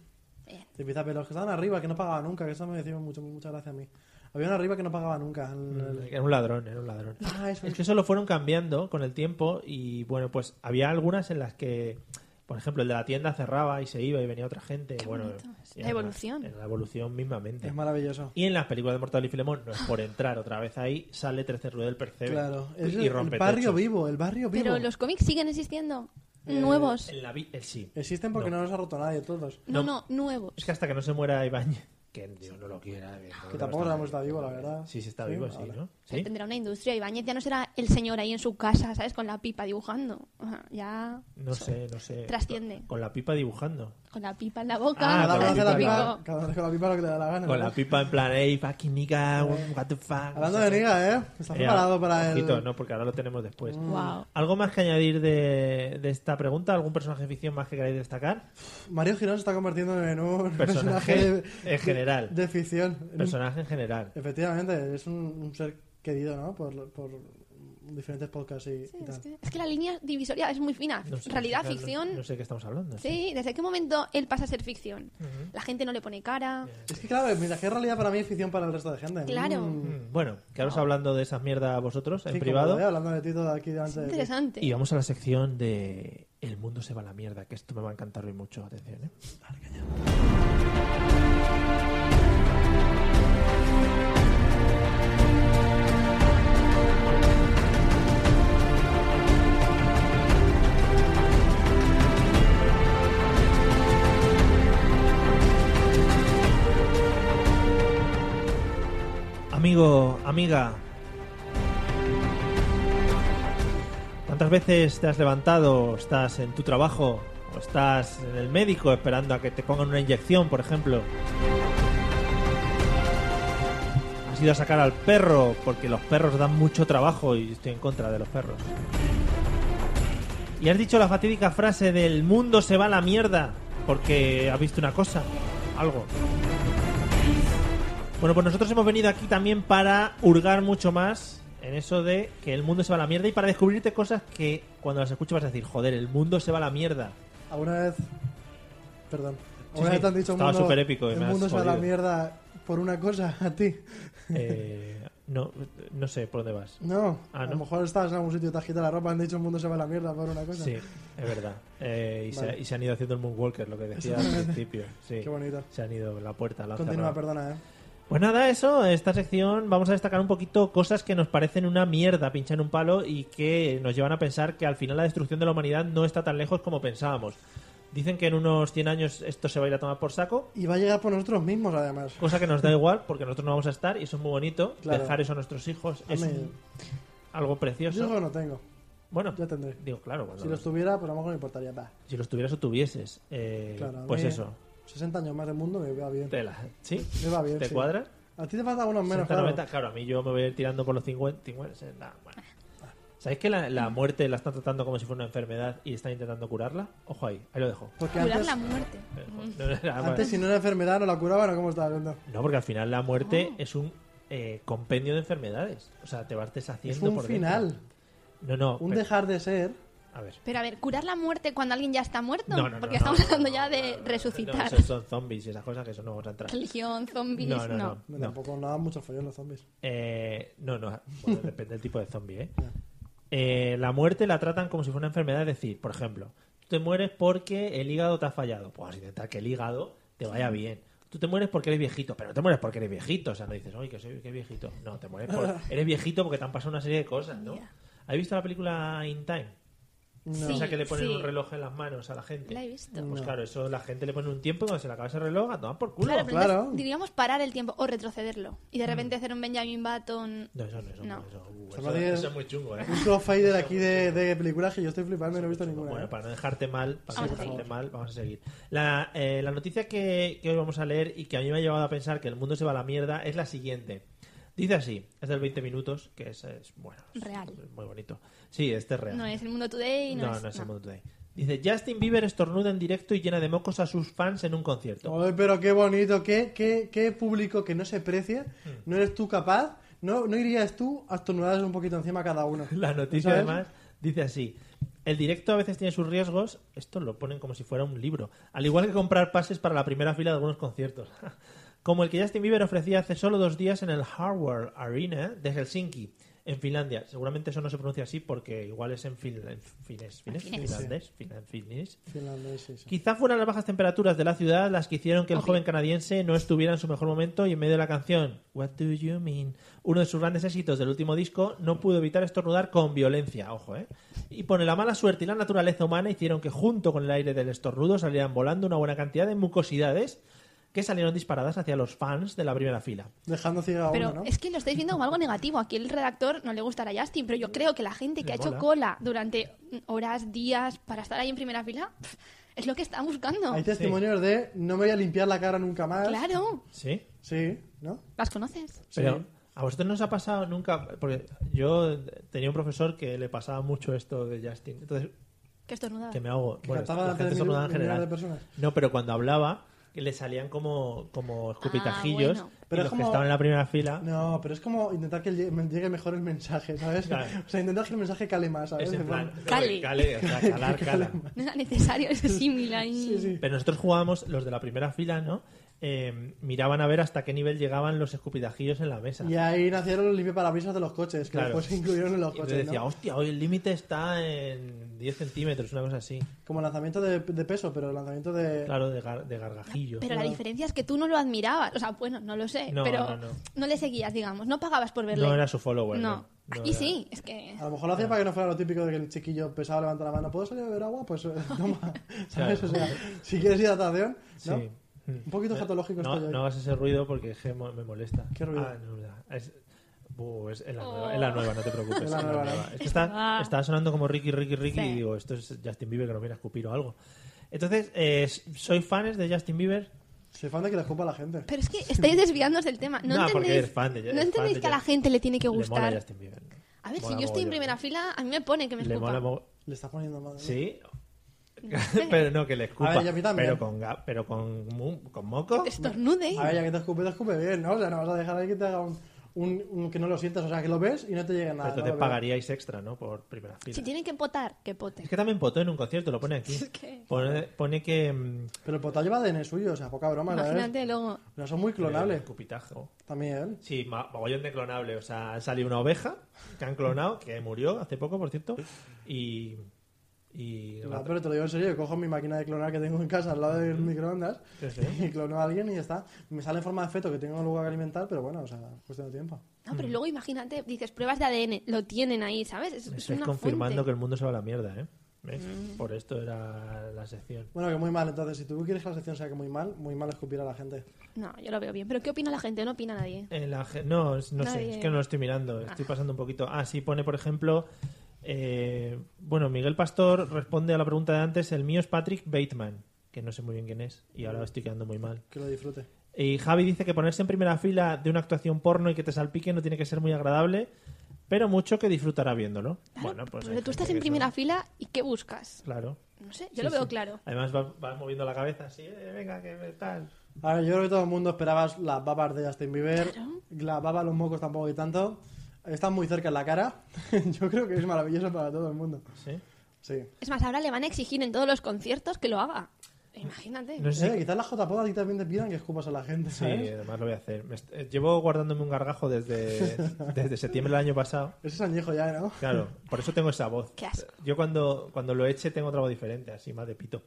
E: Bien.
D: Te empieza a ver los que estaban arriba, que no pagaba nunca, que eso me decía mucho, muchas gracias a mí. Había uno arriba que no pagaba nunca. el- el-
C: Era un ladrón, era un ladrón.
D: Ah, eso
C: Mm. es que eso lo fueron cambiando con el tiempo y bueno, pues había algunas en las que, por ejemplo, el de la tienda cerraba y se iba y venía otra gente. bueno,
E: bonito. Es la
C: era
E: evolución.
C: Era la evolución mismamente.
D: Es maravilloso.
C: y en las películas de Mortal y Filemón, no es por entrar otra vez ahí, sale 13 Rueda del Percebe
D: Claro. Es el,
C: Eh, y
D: el
C: rompe
D: barrio
C: techos.
D: vivo, el barrio vivo.
E: Pero los cómics siguen existiendo. nuevos.
C: En la vi- eh, sí.
D: Existen porque no.
C: No.
D: los ha roto nadie, todos.
E: No,
C: no.
E: no, nuevos.
C: Es que hasta que no se muera Ibañez, que Dios no lo quiera.
D: Que tampoco sabemos si está vivo, la verdad.
C: Sí, sí está
D: Sí,
C: vivo, sí,
D: vale.
C: ¿no?
E: Se
C: Sí.
E: Tendrá una industria. Ibáñez ya no será el señor ahí en su casa, ¿sabes? Con la pipa dibujando. Ajá, Ya.
C: No sé, no sé.
E: Trasciende.
C: Con- con la pipa dibujando.
E: Con la pipa en la boca.
C: Ah,
D: Cada
C: con
D: uno
C: la
D: hace la
E: pico.
C: pipa,
D: pipa, cada uno hace con la pipa lo que le da la gana.
C: Con
D: ¿no?
C: la pipa en plan, hey, fucking nigga, what the fuck.
D: Hablando de Niga, ¿eh? Estás
C: Eh,
D: preparado para
C: ojito,
D: el.
C: no, porque ahora lo tenemos después.
E: Wow.
C: ¿Algo más que añadir de, de esta pregunta? ¿Algún personaje de ficción más que queráis destacar?
D: Mario Girón se está convirtiendo en un
C: Personaje
D: personaje, de-
C: en general.
D: De, ficción. En un-
C: Personaje en general.
D: Efectivamente, es un, un ser querido, ¿no? Por, por diferentes podcasts y, y tal.
E: Es que, es que la línea divisoria es muy fina.
C: No sé,
E: Realidad,
C: no-
E: ficción.
C: No, sé de qué estamos hablando.
E: Sí, ¿desde qué momento él pasa a ser ficción? La gente no le pone cara.
D: Es que claro, mira, que en realidad para mí es ficción para el resto de gente.
E: Claro.
D: Mm,
C: Mm, Bueno, quedaros hablando de esas mierdas vosotros en
D: sí, como
C: privado.
D: veo, hablando de ti todo aquí delante de ti.
E: Interesante.
C: Y vamos a la sección de El mundo se va a la mierda, que esto me va a encantar hoy mucho. Atención, ¿eh? Amigo, amiga, ¿Cuántas veces te has levantado, estás en tu trabajo o estás en el médico esperando a que te pongan una inyección, por ejemplo? Has ido a sacar al perro porque los perros dan mucho trabajo y estoy en contra de los perros. Y has dicho la fatídica frase del mundo se va a la mierda porque has visto una cosa, algo. Bueno, pues nosotros hemos venido aquí también para hurgar mucho más en eso de que el mundo se va a la mierda y para descubrirte cosas que cuando las escuchas vas a decir, joder, el mundo se va a la mierda.
D: ¿Alguna vez. Perdón.
C: Sí,
D: ¿Alguna
C: sí,
D: vez te han dicho
C: estaba
D: mundo,
C: superépico y
D: el
C: me has
D: mundo se va a la
C: jodido.
D: mierda por una cosa a ti?
C: Eh, no, no sé por dónde vas.
D: No.
C: Ah,
D: A
C: ¿no?
D: lo mejor estás en algún sitio, te has quitado la ropa, han dicho el mundo se va a la mierda por una cosa.
C: Sí, es verdad. Eh, y,
D: Vale.
C: se, y se han ido haciendo el Moonwalker, lo que decía al principio. Sí.
D: Qué bonito.
C: Se han ido la puerta, la han
D: Continúa,
C: cerrado.
D: perdona, ¿eh?
C: Pues nada, eso, esta sección vamos a destacar un poquito cosas que nos parecen una mierda, pinchar en un palo y que nos llevan a pensar que al final la destrucción de la humanidad no está tan lejos como pensábamos. Dicen que en unos 100 años esto se va a ir a tomar por saco,
D: Y va a llegar por nosotros mismos, además.
C: cosa que nos da igual porque nosotros no vamos a estar y eso es muy bonito.
D: Claro.
C: Dejar eso a nuestros hijos es
D: Hombre,
C: un- algo
D: Yo
C: precioso.
D: eso no tengo.
C: Bueno,
D: Ya tendré.
C: digo, claro, cuando
D: Si los tuviera, pues a lo mejor me importaría. Va.
C: si los tuvieras o tuvieses, eh,
D: Claro, a
C: pues
D: mí
C: eso,
D: 60 años más del mundo me va bien.
C: tela, ¿sí?
D: Me va bien.
C: ¿Te
D: sí.
C: cuadras?
D: A ti te falta unos menos,
C: 60,
D: claro.
C: 90, claro, a mí yo me voy a ir tirando por los 50. 50, nah, bueno. ¿Sabéis que la, la muerte la están tratando como si fuera una enfermedad y están intentando curarla? Ojo ahí, ahí lo dejo.
D: Porque
E: Curar
D: antes,
E: la muerte.
C: Eh, No, no, no,
D: antes si no era enfermedad, no la curaban o cómo estaba viendo.
C: no, porque al final la
E: Ah.
C: muerte es un eh, compendio de enfermedades. O sea, te vas deshaciendo
D: Es un
C: por dentro.
D: final.
C: No, no.
D: Un
C: pero-
D: dejar de ser.
C: A ver.
E: Pero a ver, curar la muerte cuando alguien ya está muerto.
C: No, no, no,
E: Porque
C: no,
E: estamos
C: no,
E: hablando
C: no,
E: ya
C: no,
E: de
C: no, no, No,
E: resucitar.
C: esos son zombies y esas cosas que eso no vamos a entrar.
E: Religión, zombies.
C: No,
E: No,
C: no, no.
D: No,
C: No.
D: Tampoco no dan mucho follón los zombies.
C: Eh, no, no, bueno, depende del tipo de zombie, ¿eh? eh, la muerte la tratan como si fuera una enfermedad. Es decir, por ejemplo, tú te mueres porque el hígado te ha fallado. Pues vas a intentar que el hígado te vaya bien. Tú te mueres porque eres viejito, pero no te mueres porque eres viejito. O sea, no dices, oye, que soy que viejito. No, te mueres por... Eres viejito porque te han pasado una serie de cosas, ¿no? ¿Has visto la película In Time?
E: Sí,
C: o sea, que le ponen
G: sí.
C: un reloj en las manos a la gente.
E: La he visto.
C: Pues claro, eso la gente le pone un tiempo y cuando se le acaba ese reloj, a tomar por culo.
E: Claro, pero
D: Claro.
E: entonces diríamos parar el tiempo o retrocederlo y
C: Mm.
E: de repente hacer un Benjamin Button.
C: No, eso no, eso no.
E: No.
C: Eso, uh,
D: Solo
C: eso-
D: tiene
C: eso es muy chungo, ¿eh?
D: Un crossfader aquí de, de películas que yo estoy flipando y no he visto ninguna.
C: Pues, Bueno,
D: ¿eh?
C: para no dejarte mal, para no
E: Vamos a
C: dejarte
E: seguir.
C: mal, vamos a seguir. La, eh, la noticia que, que hoy vamos a leer y que a mí me ha llevado a pensar que el mundo se va a la mierda es la siguiente. Dice así, es del 20 minutos, que es, es, bueno, es
E: Real.
C: muy bonito. Sí, este es real.
E: No es el mundo today, no,
C: no,
E: es.
C: no es el
E: no.
C: mundo today. Dice, Justin Bieber estornuda en directo y llena de mocos a sus fans en un concierto.
D: Ay, pero qué bonito, qué, qué, qué público que no se precia,
C: Hmm.
D: no eres tú capaz, no, no irías tú a estornudarles un poquito encima a cada uno.
C: La noticia,
D: ¿Sabes?
C: además, dice así. El directo a veces tiene sus riesgos. Esto lo ponen como si fuera un libro. Al igual que comprar pases para la primera fila de algunos conciertos. Como el que Justin Bieber ofrecía hace solo dos días en el Hardware Arena de Helsinki, en Finlandia. Seguramente eso no se pronuncia así porque igual es en, fin, en finés. ¿Finés? Finlandés. Fin- finés.
D: Finlandés, sí, sí.
C: Quizá fueron las bajas temperaturas de la ciudad las que hicieron que el joven canadiense no estuviera en su mejor momento y en medio de la canción What Do You Mean, uno de sus grandes éxitos del último disco, no pudo evitar estornudar con violencia, ojo, ¿eh? Y por la mala suerte y la naturaleza humana hicieron que junto con el aire del estornudo salieran volando una buena cantidad de mucosidades que salieron disparadas hacia los fans de la primera fila.
D: Dejando ciega a
E: Pero
D: uno, ¿no?
E: es que lo estáis viendo como algo negativo. Aquí el redactor no le gustará a Justin, pero yo creo que la gente que
C: Le
E: ha hecho
C: mola.
E: cola durante horas, días, para estar ahí en primera fila, pf, es lo que está buscando.
D: Hay testimonios de no me voy a limpiar la cara nunca más.
E: Claro,
C: ¿Sí?
D: Sí, ¿no?
E: las conoces.
C: Pero a vosotros no os ha pasado nunca, porque yo tenía un profesor que le pasaba mucho esto de Justin. Entonces,
E: Qué estornudada.
C: que me hago. Bueno,
D: cantaba
C: la gente
D: delante de
C: estornudaba en
D: mil- millones
C: general.
D: de personas.
C: No, pero cuando hablaba, que le salían como, como escupitajillos.
E: Ah, bueno.
C: y
D: Pero
C: los
D: es como-
C: que estaban en la primera fila.
D: No, pero es como intentar que llegue llegue mejor el mensaje, ¿sabes?
C: Claro.
D: O sea, intentar que el mensaje cale más, ¿sabes?
C: Es en plan.
E: Cali.
C: Cali, o sea, calar, calar.
E: No era necesario ese símil ahí.
D: Sí, sí.
C: Pero nosotros jugábamos, los de la primera fila, ¿no? Eh, miraban a ver hasta qué nivel llegaban los escupitajillos en la mesa.
D: Y ahí nacieron los limpiaparabrisas de los coches, que
C: Claro.
D: después pues se incluyeron en los
C: Y entonces
D: coches,
C: decía,
D: ¿no?
C: hostia, hoy el límite está en 10 centímetros, una cosa así.
D: Como lanzamiento de, de peso, pero lanzamiento de...
C: Claro, de, gar- de gargajillo.
E: Pero la diferencia es que tú no lo admirabas. O sea, bueno, no lo sé.
C: No,
E: pero
C: no, no.
E: le seguías, digamos. No pagabas por verle.
C: No era su follower.
E: No.
C: No, No
E: Aquí
C: era- Ah.
E: sí. Es que...
D: A lo mejor lo hacía para que no fuera lo típico de que el chiquillo pesado levanta la mano, ¿puedo salir a beber agua? Pues eh, toma, ¿sabes? O sea, si quieres hidratación, ¿no?
C: Sí. Eh,
D: Un poquito escatológico
C: no,
D: estoy hoy.
C: no hagas ese ruido porque es que mo- me molesta.
D: ¿Qué ruido?
C: Ah, no, no, es, buh, es- es la nueva,
E: Oh.
C: es la nueva, no te preocupes.
D: Es la
C: es la
D: nueva, ¿no?
C: nueva. Es que está, está sonando como Ricky, Ricky, Ricky
E: Sí.
C: y digo, esto es Justin Bieber que nos viene a escupir o algo. Entonces, eh, ¿soy fans de Justin Bieber?
D: Soy fan de que le escupa a la gente.
E: Pero es que estáis desviándonos del tema. No,
C: No, porque
E: entendéis,
C: eres fan de- eres
E: no entendéis
C: fan de
E: que a la
C: Justin.
E: gente le tiene que
C: Le mola
E: gustar.
C: Justin Bieber.
E: A ver,
C: Mola
E: si yo estoy en
C: mogollón.
E: primera fila, a mí me pone que me
C: Le mola
E: escupa.
C: mo-
D: Le está poniendo madre.
C: Sí. pero no que le escupa.
D: A ver, y a mí también.
C: Pero con, ga- pero con, mu- con moco.
E: Que Estornude.
D: A ver, ya que te escupe, te escupe bien, ¿no? O sea, no vas a dejar ahí que te haga un, un- un- que no lo sientas, o sea, que lo ves y no te llega
C: Pero
D: nada. ¿no?
C: entonces
D: Lo veo.
C: pagaríais extra, ¿no? Por primera fila.
E: Si tienen que potar, que poten.
C: Es que también potó en un concierto, lo pone aquí.
E: Es que-
C: Pone, pone que... mm,
D: Pero el potal lleva ADN suyo, o sea, poca broma, ¿sabes?
E: Imagínate luego.
D: Pero son muy clonables
C: Escupitajo.
D: también.
C: Sí, ma- mogollón de clonable. O sea, ha salido una oveja que han clonado, que murió hace poco, por cierto. Y. Y.
D: No, pero te lo digo en serio, yo cojo mi máquina de clonar que tengo en casa al lado del microondas
C: Sí, sí.
D: y clono a alguien y ya está. Me sale en forma de feto que tengo luego que alimentar, pero bueno, o sea, cuestión de tiempo.
E: No,
C: Mm.
E: pero luego imagínate, dices pruebas de ADN, lo tienen ahí, ¿sabes? Es,
C: Me
E: es
C: estáis
E: una
C: confirmando que
E: fuente. Mm.
C: el mundo se va a la mierda, ¿eh? ¿Ves? Por esto era la sección.
D: Bueno, que muy mal, entonces, si tú quieres que la sección sea que muy mal, muy mal escupir a la gente.
E: No, yo lo veo bien. Pero ¿qué opina la gente? No opina nadie.
C: Eh, la ge- no, es- no sé,
E: Nadie-
C: es que no lo estoy mirando, estoy pasando un poquito. Ah, sí, pone, por ejemplo, eh, bueno, Miguel Pastor responde a la pregunta de antes, el mío es Patrick Bateman, que no sé muy bien quién es, y ahora estoy quedando muy mal.
D: Que lo disfrute.
C: Y Javi dice que ponerse en primera fila de una actuación porno y que te salpique no tiene que ser muy agradable, pero mucho que disfrutará viéndolo.
E: Claro,
C: bueno, pues. hay
E: porque
C: gente
E: tú estás
C: que
E: en
C: eso-
E: primera fila y ¿qué buscas?
C: Claro.
E: No sé, yo
C: Sí,
E: lo veo
C: sí.
E: claro.
C: Además, va- vas moviendo la cabeza así, eh, venga, que me- tal.
D: A ver, yo creo que todo el mundo esperaba las babas de Justin Bieber.
E: Claro.
D: Las babas, los mocos tampoco hay tanto. Están muy cerca en la cara. yo creo que es maravilloso para todo el mundo.
C: Sí.
D: Sí.
E: Es más, ahora le van a exigir en todos los conciertos que lo haga. Imagínate.
C: No sé
D: Eh, quizás las JPOD a ti también te pidan que escupas a la gente,
C: Sí,
D: ¿sabes?
C: además lo voy a hacer. Me est- eh, Llevo guardándome un gargajo desde, desde septiembre del año pasado.
D: Ese es añejo ya, ¿no?
C: Claro, por eso tengo esa voz.
E: Qué asco.
C: Yo cuando, cuando lo eche tengo otra voz diferente, así más de pito.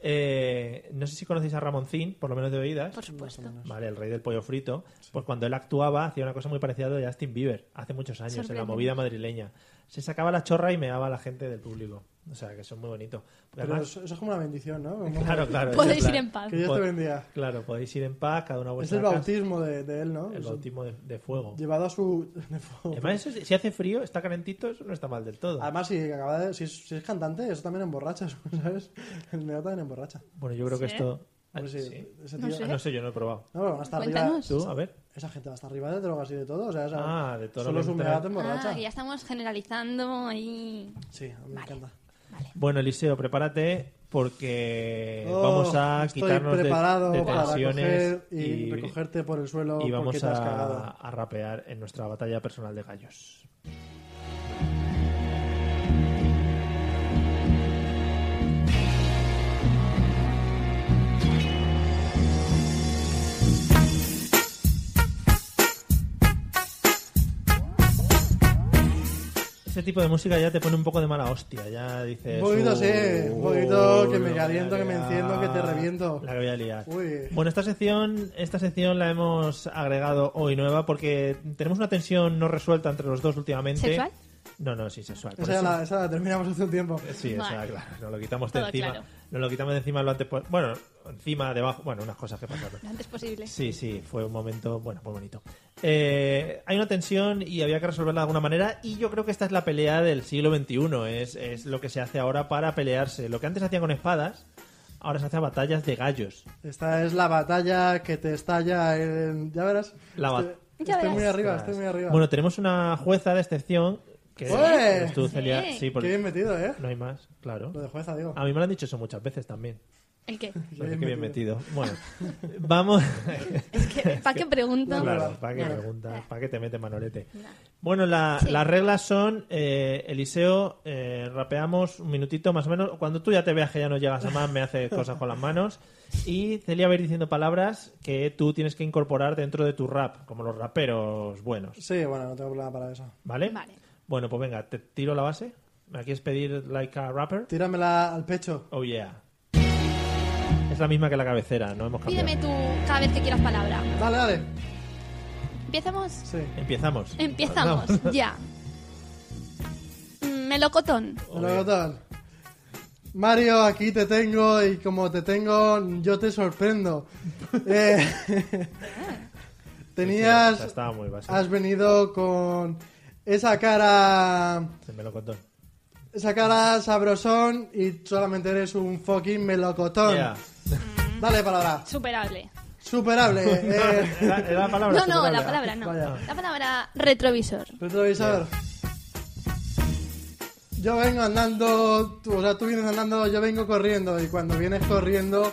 C: Eh, no sé si conocéis a Ramoncín, por lo menos de oídas.
E: Por supuesto.
C: Vale, el rey del pollo frito. Pues cuando él actuaba, hacía una cosa muy parecida a lo de Justin Bieber, hace muchos años, en la
E: Sorprendente.
C: movida madrileña. Se sacaba la chorra y meaba a la gente del público. O sea, que eso es muy bonito.
D: Pero
C: Además-
D: eso, eso es como una bendición, ¿no? Como-
C: claro, claro.
E: Podéis
C: es
E: ir en paz.
D: Que
C: pues,
D: Dios te bendiga.
C: Claro, podéis ir en paz, cada uno a
D: Es
C: vuestra
D: el
C: casa.
D: bautismo de, de él, ¿no?
C: pues El
D: Eso-
C: bautismo de, de fuego.
D: Llevado a su... de fuego.
C: Además, eso, si hace frío, está calentito, eso no está mal del todo.
D: Además, si, acaba de- si, es, si es cantante, eso también emborracha, ¿sabes? El negro también emborracha.
C: Bueno, yo creo que
E: ¿Sí?
C: esto... Ah,
D: Hombre, sí,
C: sí.
D: Ese
E: No
D: tío-
E: sé.
C: Ah, no sé, yo no he probado.
D: No, pero van hasta arriba.
E: Cuéntanos.
C: ¿Tú? A ver.
D: Esa gente va hasta arriba de drogas y de todo. O sea, esa,
C: Ah, de todo lo
D: solo
C: que
D: es un
C: entra.
D: megato
E: Ah,
D: emborracha.
E: que ya estamos generalizando ahí.
D: Sí, a mí me encanta.
C: Bueno, Eliseo, prepárate porque
D: Oh,
C: Eh, vamos a
D: estoy
C: quitarnos de-
D: preparado
C: de,
D: para
C: tensiones
D: coger y, recogerte por el suelo
C: y vamos
D: porque te has cagado.
C: a, a rapear en nuestra batalla personal de gallos. Este tipo de música ya te pone un poco de mala hostia, ya dices...
D: Un poquito,
C: "Uh,
D: sí, un poquito, que me
C: la voy a
D: caliento, que me
C: liar,
D: enciendo, que te reviento".
C: La que voy a liar.
D: Uy.
C: Bueno, esta sección, esta sección la hemos agregado hoy nueva porque tenemos una tensión no resuelta entre los dos últimamente.
E: ¿Sexual?
C: No, no, sí, sexual. por
D: Esa, ya
C: eso-
D: la, esa la terminamos hace un tiempo.
C: Sí, o sea,
E: Vale.
C: claro, nos lo quitamos de
E: Todo
C: encima.
E: claro.
C: Nos lo quitamos de encima lo antes po- Bueno, encima, debajo, bueno, unas cosas que pasaron.
E: Lo antes posible.
C: Sí, sí, fue un momento, bueno, muy bonito. Eh, hay una tensión y había que resolverla de alguna manera y yo creo que esta es la pelea del siglo XXI, es, es lo que se hace ahora para pelearse. Lo que antes se hacía con espadas, ahora se hace a batallas de gallos.
D: Esta es la batalla que te estalla en... Ya verás.
C: La
D: Estoy-
C: bat-
E: Ya
D: Estoy
E: verás.
D: muy arriba, estoy muy arriba.
C: Bueno, tenemos una jueza de excepción que
D: Sí.
C: eres tú,
D: Sí.
C: Celia. Sí,
D: Qué
C: porque
D: bien metido, ¿eh?
C: pues- no Ah. hay más, claro.
D: Lo de jueza, digo.
C: A mí me lo han dicho eso muchas veces también.
E: ¿El qué?
D: Qué
C: Lo que
D: bien
C: bien
D: metido.
C: metido. Bueno, vamos.
E: ¿Para qué pregunto?
C: Claro, ¿para qué
E: Nada.
C: preguntas?
E: Nada.
C: ¿Para qué te metes manolete?
E: Nada.
C: Bueno, la-
E: Sí.
C: las reglas son, eh, Eliseo, eh, rapeamos un minutito más o menos. Cuando tú ya te veas que ya no llegas a más, me haces cosas con las manos. Y Celia va a ir diciendo palabras que tú tienes que incorporar dentro de tu rap, como los raperos buenos.
D: Sí, bueno, no tengo problema para eso.
C: ¿Vale?
E: Vale.
C: Bueno, pues venga, te tiro la base. ¿Me la quieres pedir like a rapper?
D: Tíramela al pecho.
C: Oh yeah. Es la misma que la cabecera, no hemos cambiado.
E: Pídeme tú cada vez que quieras palabra.
D: Dale, dale.
E: ¿Empezamos?
D: Sí.
C: Empezamos.
E: Empezamos,
C: Vamos.
E: ya. Mm, Melocotón.
C: Oh,
D: Hola,
C: yeah.
D: ¿qué tal? Mario, aquí te tengo y como te tengo, yo te sorprendo. Eh,
C: Esa
D: tenías.
C: Estaba muy básica.
D: Has venido con esa cara.
C: Se me lo contó.
D: Esa cara sabrosón y solamente eres un fucking melocotón.
C: Yeah.
D: Dale, palabra.
E: Superable.
D: Superable. eh,
C: ¿Era, era la palabra?
E: No, no, la
C: superable.
E: palabra no.
D: Vaya.
E: La palabra retrovisor.
D: Retrovisor. Yo vengo andando, tú, o sea, tú vienes andando, yo vengo corriendo y cuando vienes corriendo,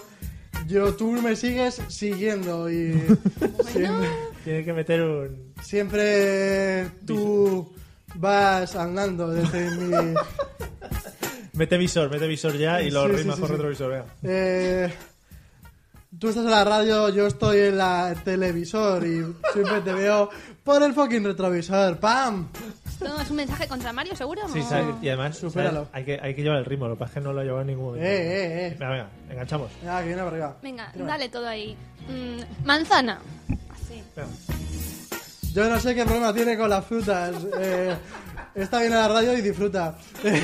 D: yo tú me sigues siguiendo y siempre,
C: Tiene que meter un.
D: siempre tú vas andando desde mi
C: Mete visor, mete visor ya y lo
D: Sí, sí,
C: rimas
D: sí,
C: por
D: sí.
C: retrovisor. venga.
D: eh, tú estás en la radio, yo estoy en la televisor y siempre te veo por el fucking retrovisor, pam.
E: ¿Esto es un mensaje contra Mario, seguro?
C: Sí,
E: ¿O-
C: ¿sabes? Y además,
D: Supéralo.
C: ¿sabes? Hay, que, hay que llevar el ritmo, lo que pasa es que no lo ha llevado en ningún momento.
D: Eh, eh, eh.
C: Venga, venga, enganchamos.
D: Ah, que viene para arriba.
E: Venga,
D: Tírame.
E: dale todo ahí. Mm, manzana. Así.
C: Venga.
D: Yo no sé qué problema tiene con las frutas. Eh, está bien a la radio y disfruta.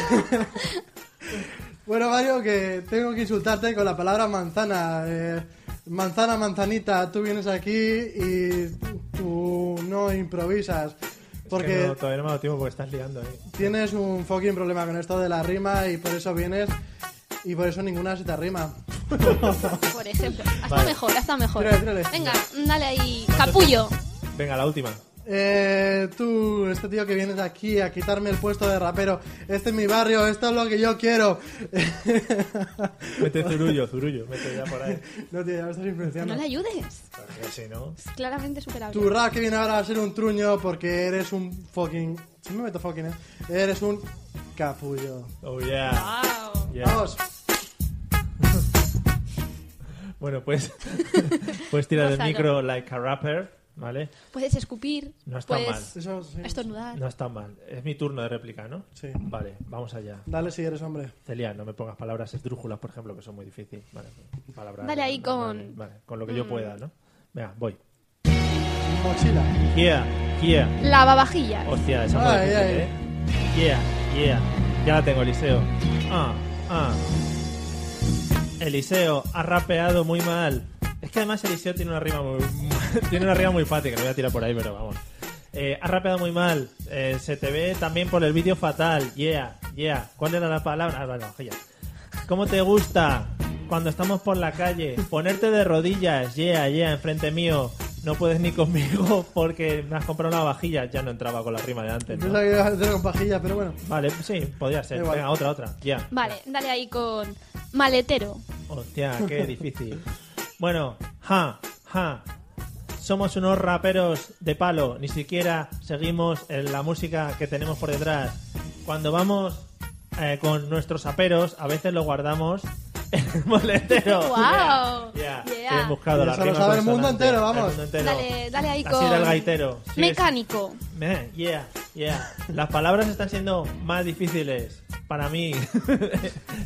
D: bueno, Mario, que tengo que insultarte con la palabra manzana. Eh, manzana, manzanita, tú vienes aquí y tú no improvisas.
C: Es
D: Porque
C: que no, todavía no me ha dado tiempo porque estás liando ahí.
D: tienes un fucking problema con esto de la rima y por eso vienes y por eso ninguna se te rima.
E: Por ejemplo. Hasta
C: Vale.
E: mejor, hasta mejor.
D: Tírale, tírale.
E: Venga, mm, dale ahí. Capullo.
C: Venga, la última.
D: Eh, tú, este tío que vienes aquí a quitarme el puesto de rapero, este es mi barrio, esto es lo que yo quiero.
C: Mete zurullo, zurullo. Mete ya por ahí.
D: no, tío, ya me estás influenciando.
E: No le ayudes.
C: Porque si no.
E: Es claramente superable.
D: Tu rap que viene ahora a ser un truño porque eres un fucking... Si me meto fucking, eh. Eres un capullo.
C: Oh yeah.
E: Wow.
C: Yeah.
D: Vamos.
C: Bueno, pues puedes tirar del
E: Gózalo.
C: micro like a rapper, ¿vale?
E: Puedes escupir,
C: No está
E: puedes
D: Eso sí.
E: estornudar.
C: No está mal. Es mi turno de réplica, ¿no?
D: Sí.
C: Vale, vamos allá.
D: Dale si eres hombre.
C: Celia, no me pongas palabras esdrújulas, por ejemplo, que son muy difíciles. Vale, palabras-
E: Dale ahí con- Mm.
C: Vale, con lo que yo pueda, ¿no? Venga, voy.
D: Mochila.
C: Yeah, yeah.
E: Lavavajillas.
C: Hostia, esa fue
D: Ay,
C: difícil,
D: ay.
C: ¿eh? Yeah, yeah. Ya la tengo, Eliseo. Ah, ah. Eliseo ha rapeado muy mal. Es que además Eliseo tiene una rima muy, tiene una rima muy fática, lo voy a tirar por ahí, pero vamos. Eh, ha rapeado muy mal. Eh, se te ve también por el vídeo fatal. Yeah, yeah. ¿Cuál era la palabra? Ah, vale, vajilla. ¿Cómo te gusta cuando estamos por la calle? Ponerte de rodillas, yeah, yeah, enfrente mío. No puedes ni conmigo porque me has comprado una vajilla. Ya no entraba con la rima de antes. ¿no?
D: Pensaba que iba a hacer con pajilla, pero bueno.
C: Vale, sí, podría ser.
D: Igual.
C: Venga, otra, otra. Ya.
E: Vale, dale ahí con maletero.
C: Hostia, qué difícil. Bueno, ja, ja. Somos unos raperos de palo. Ni siquiera seguimos en la música que tenemos por detrás. Cuando vamos eh, con nuestros aperos, a veces lo guardamos en el moletero.
E: Guau.
C: Ya, ya.
E: Yeah.
C: Bien buscado
D: Eso
C: la
D: lo
C: rima
D: sabe el mundo
C: consonante.
D: entero, vamos.
C: El mundo entero.
E: Dale, dale ahí
C: Así era el
E: con
C: gaitero. Sí,
E: mecánico.
C: Man, yeah, yeah. Las palabras están siendo más difíciles para mí.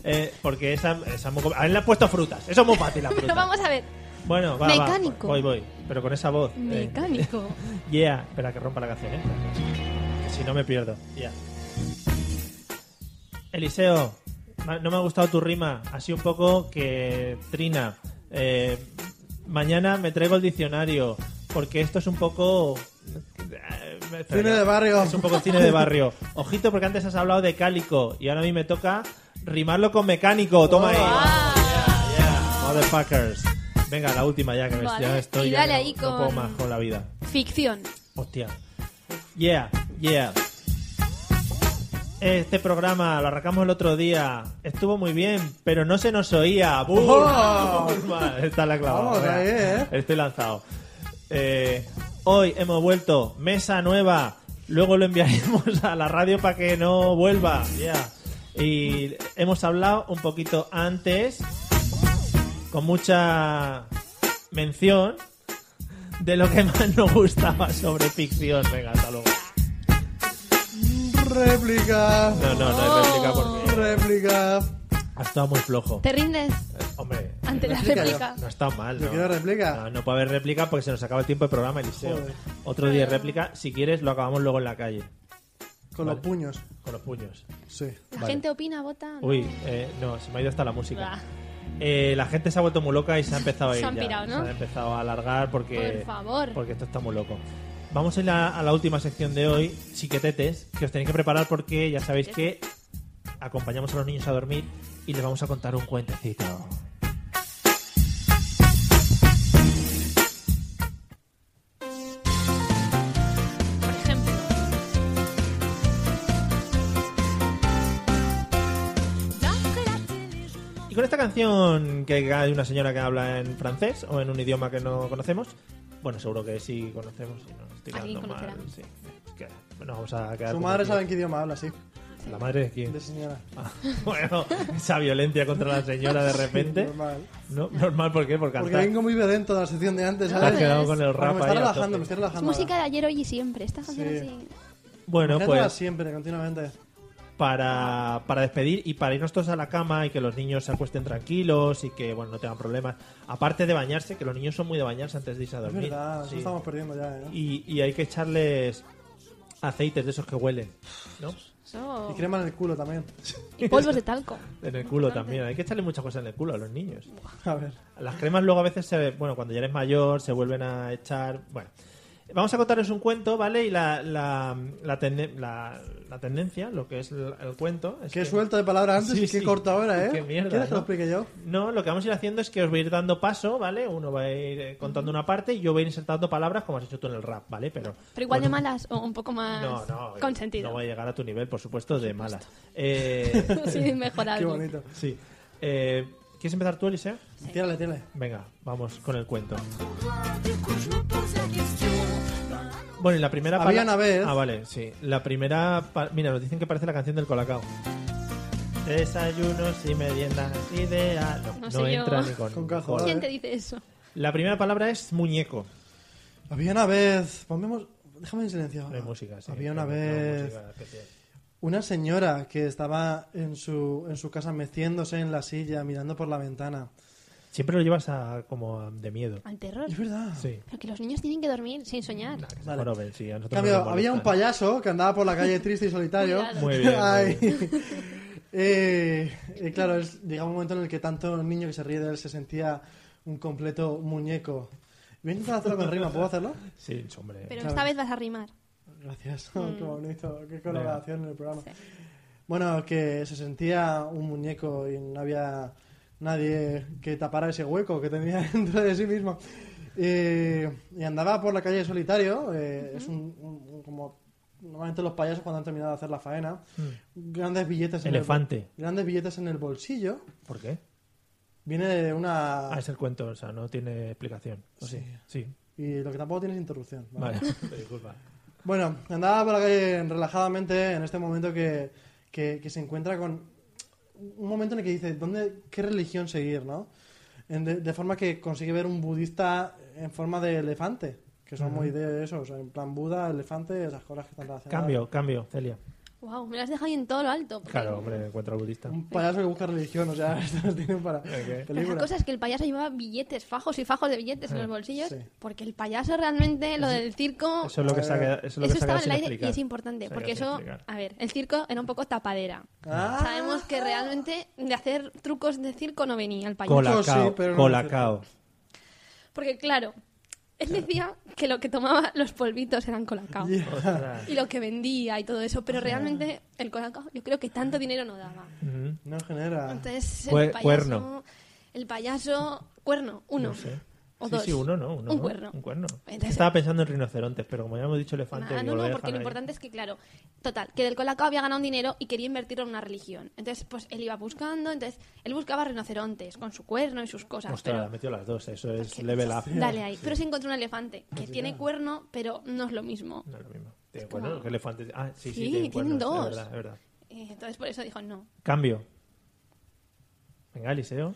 C: Eh, porque esa, esa muy compl- A él le han puesto frutas. Eso es muy fácil, la fruta.
E: Pero vamos a ver.
C: Bueno, va, va,
E: Mecánico.
C: voy, voy. Pero con esa voz. eh.
E: Mecánico.
C: Yeah. Espera que rompa la canción, ¿eh? Que si no me pierdo. Yeah. Eliseo, ma- no me ha gustado tu rima. Así un poco que trina. Eh, mañana me traigo el diccionario. Porque esto es un poco. eh, espera,
D: Cine
C: ya.
D: de barrio.
C: Es un poco cine de barrio. Ojito, porque antes has hablado de cálico. Y ahora a mí me toca rimarlo con mecánico. Toma ahí. Yeah, motherfuckers. Venga, la última ya que me
E: Vale,
C: ya estoy.
E: y
C: ya
E: dale
C: no-
E: ahí
C: no,
E: con-
C: puedo más con la vida.
E: Ficción.
C: Hostia. Yeah, yeah. Este programa lo arrancamos el otro día. Estuvo muy bien, pero no se nos oía. ¡Bum!
D: ¡Oh!
C: Burma. Está la clavada.
D: Vamos, ahí, ¿eh?
C: Estoy lanzado. Eh, hoy hemos vuelto. Mesa nueva. Luego lo enviaremos a la radio para que no vuelva. Yeah. Y hemos hablado un poquito antes, con mucha mención, de lo que más nos gustaba sobre ficción. Venga, hasta luego.
D: Réplica.
C: No, no, no hay réplica porque
D: Réplica.
C: ha estado muy flojo.
E: ¿Te rindes
C: Hombre,
E: ante la
D: Réplica,
E: réplica?
C: No está mal,
D: Yo
C: ¿no?
D: quiero réplica.
C: No, no puede haber réplica porque se nos acaba el tiempo de programa, Eliseo.
D: Joder.
C: Otro día de réplica. Si quieres, lo acabamos luego en la calle.
D: Con
C: Vale.
D: los puños.
C: Con los puños.
D: Sí.
E: La
C: Vale.
E: gente opina, vota. ¿no?
C: Uy, eh, no, se me ha ido hasta la música.
E: Bah.
C: Eh, la gente se ha vuelto muy loca y se ha empezado a ir
E: Se han
C: ya.
E: pirado, ¿no?
C: Se ha empezado a alargar porque...
E: Por favor.
C: Porque esto está muy loco. Vamos a ir a, a la última sección de hoy, chiquetetes, que os tenéis que preparar porque ya sabéis que acompañamos a los niños a dormir y les vamos a contar un cuentecito.
E: Por ejemplo.
C: Y con esta canción que hay una señora que habla en francés o en un idioma que no conocemos, bueno, seguro que sí conocemos. si no, estoy
E: Alguien
C: quedando mal,
E: conocerá.
C: sí. Es que nos vamos a quedar
D: Su
C: como
D: madre
C: aquí.
D: sabe en qué idioma habla, sí.
C: ¿La madre de quién?
D: De señora.
C: Ah, bueno, esa violencia contra la señora de repente.
D: Normal.
C: No, normal, ¿por qué? Por
D: Porque
C: cantar.
D: vengo muy violento de la sección de antes,
C: Te has
D: ¿sabes?
C: quedado con el
D: Porque
C: rap
D: me
C: ahí a
D: está relajando,
C: tope.
D: me estoy
E: Es
D: relajando.
E: música de ayer, hoy y siempre. Esta canción
D: Sí.
E: así.
C: Bueno,
D: Gente va
C: pues
D: siempre, continuamente.
C: para, para despedir y para irnos todos a la cama y que los niños se acuesten tranquilos y que bueno no tengan problemas. Aparte de bañarse, que los niños son muy de bañarse antes de irse a
D: Es
C: dormir.
D: verdad, eso
C: Sí.
D: estamos perdiendo ya, ¿eh?
C: y, y hay que echarles aceites de esos que huelen, ¿no?
E: Eso.
D: Y crema en el culo también.
E: Y polvos de talco.
C: En el culo también. Hay que echarle muchas cosas en el culo a los niños.
D: A ver.
C: Las cremas luego a veces se, bueno, cuando ya eres mayor se vuelven a echar, bueno. Vamos a contaros un cuento, ¿vale? Y la, la, la, tende- la- la tendencia, lo que es el, el cuento... es
D: Qué
C: que-
D: suelta de palabras antes
C: Sí,
D: y qué
C: sí.
D: corta ahora, ¿eh?
C: Qué mierda,
D: ¿Quieres que lo
C: ¿no?
D: explique yo?
C: No, lo que vamos a ir haciendo es que os voy a ir dando paso, ¿vale? Uno va a ir eh, contando una parte y yo voy a ir insertando palabras como has hecho tú en el rap, ¿ale? Pero
E: Pero igual
C: con-
E: de malas o un poco más
C: No, no. eh,
E: con sentido.
C: No voy a llegar a tu nivel, por supuesto, de mala. Eh,
E: sí, mejorable.
D: Qué bonito.
C: sí. Eh, ¿Quieres empezar tú, Eliseo?
D: Tírale, tírale.
C: Venga, vamos con el cuento. Bueno, y la primera
D: Había
C: pala-
D: una vez-
C: Ah, vale, sí. La primera. pa- Mira, nos dicen que parece la canción del Colacao. Desayunos y meriendas ideal. No,
E: No sé yo.
C: entra ni con,
D: Con cazo,
C: cola.
D: vale.
E: ¿Quién te dice eso?
C: La primera palabra es muñeco.
D: Había una vez. Ponemos. Déjame en silencio.
C: No hay música, sí.
D: Había una
C: No hay
D: vez.
C: música especial.
D: Una señora que estaba en su, en su casa meciéndose en la silla, mirando por la ventana.
C: Siempre lo llevas a, como a- de miedo.
E: Al terror.
D: Es verdad.
C: Sí.
E: Pero que los niños tienen que dormir sin soñar.
C: Que se
D: Vale.
C: joroben, sí, a
D: En
C: nosotros
D: cambio,
C: no nos
D: había un
C: molestan.
D: payaso que andaba por la calle triste y solitario.
E: Cuidado.
C: ¿eh? Muy bien, muy
D: Ay. Eh, eh, claro, es llega un momento en el que tanto niño que se ríe de él se sentía un completo muñeco. Voy a intentar hacerlo con rima, ¿puedo hacerlo?
C: Sí, hombre.
E: Pero
D: Claro.
E: esta vez vas a rimar.
D: Gracias, qué bonito, qué colaboración en el programa. Bueno, que se sentía un muñeco y no había nadie que tapara ese hueco que tenía dentro de sí mismo. Eh, Y, andaba por la calle solitario, eh, es un, un- un- como normalmente los payasos cuando han terminado de hacer la faena, grandes billetes en
C: Mm. Elefante.
D: el, grandes billetes en el bolsillo,
C: ¿Por qué?
D: viene de una
C: Ah, es el cuento, o sea, no tiene explicación. ¿O sí? Sí.
D: y lo que tampoco tiene es interrupción. ¿vale?
C: Vale, disculpa.
D: Bueno, andaba por la calle relajadamente en este momento que, que- que se encuentra con un momento en el que dice, ¿dónde, ¿qué religión seguir? ¿no? En de, de forma que consigue ver un budista en forma de elefante, que son muy de eso, o sea, en plan Buda, elefante, esas cosas que están relacionadas.
C: Cambio, cambio, Celia.
E: Wow, me lo has dejado ahí en todo lo alto. porque-
C: Claro, hombre, encuentra al budista.
D: Un payaso que busca religión, o sea, esto lo tienen para
E: Pero la
D: películas.
E: cosa es que el payaso llevaba billetes, fajos y fajos de billetes en los bolsillos,
D: sí.
E: porque el payaso realmente, lo del circo,
C: Eso es lo que se ha quedado, eso es lo que
E: eso
C: se ha quedado
E: estaba en el
C: sin
E: aire
C: explicar.
E: y es importante,
C: Se ha
E: porque
C: quedado
E: eso,
C: sin explicar.
E: a ver, el circo era un poco tapadera.
D: Ah,
E: Sabemos que realmente de hacer trucos de circo no venía el payaso.
D: Mucho sí,
C: Colacao,
D: pero no
C: colacao.
E: Porque claro, él decía que lo que tomaba los polvitos eran colacao.
D: yeah.
C: Ostras.
E: Y lo que vendía y todo eso, pero realmente el colacao yo creo que tanto dinero no daba.
C: Ujú.
D: No genera.
E: Entonces,
C: Cue-
E: el payaso,
C: cuerno.
E: el payaso cuerno, uno
C: No sé.
E: o
C: sí,
E: dos.
C: sí, uno no, uno
E: un
C: no,
E: cuerno.
C: Un cuerno.
E: Entonces-
C: Estaba pensando en rinocerontes, pero como ya hemos dicho elefante,
E: Ah,
C: digo,
E: no,
C: lo voy
E: no,
C: a
E: porque lo
C: dejar ahí.
E: importante es que, claro, total, que del Colacao había ganado un dinero y quería invertirlo en una religión. Entonces, pues él iba buscando, entonces, él buscaba rinocerontes con su cuerno y sus cosas.
C: Ostras,
E: pero-
C: ha metido las dos, eso es
E: que-
C: level up.
E: Ah,
C: Pues
E: Dale ahí. Pero se encontró un elefante que tiene cuerno, pero no es lo mismo.
C: No es lo mismo. Tiene
E: como-
C: cuernos, que elefantes. Ah, sí, sí,
E: Sí,
C: tienen
E: tienen
C: cuernos,
E: dos.
C: Es verdad, es verdad.
E: Eh, Entonces, por eso dijo no.
C: Cambio. Venga, Eliseo.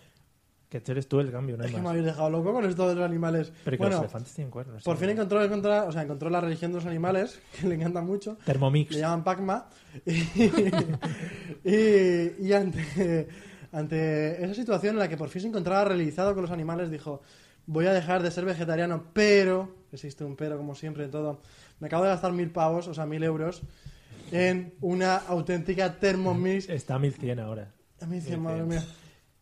C: Que este eres tú el cambio, no hay
D: Es que me
C: más.
D: habéis dejado loco con esto de los animales.
C: Pero que los
D: bueno,
C: elefantes tienen cuernos.
D: por
C: sí.
D: fin encontró, encontró- o sea, encontró la religión de los animales, que le encanta mucho.
C: Thermomix.
D: le llaman Pacma y, y ante, ante esa situación en la que por fin se encontraba realizado con los animales dijo voy a dejar de ser vegetariano pero existe un pero como siempre en todo me acabo de gastar mil pavos o sea mil euros en una auténtica Thermomix
C: Está a 1100 ahora.
D: a mí dice, madre mía.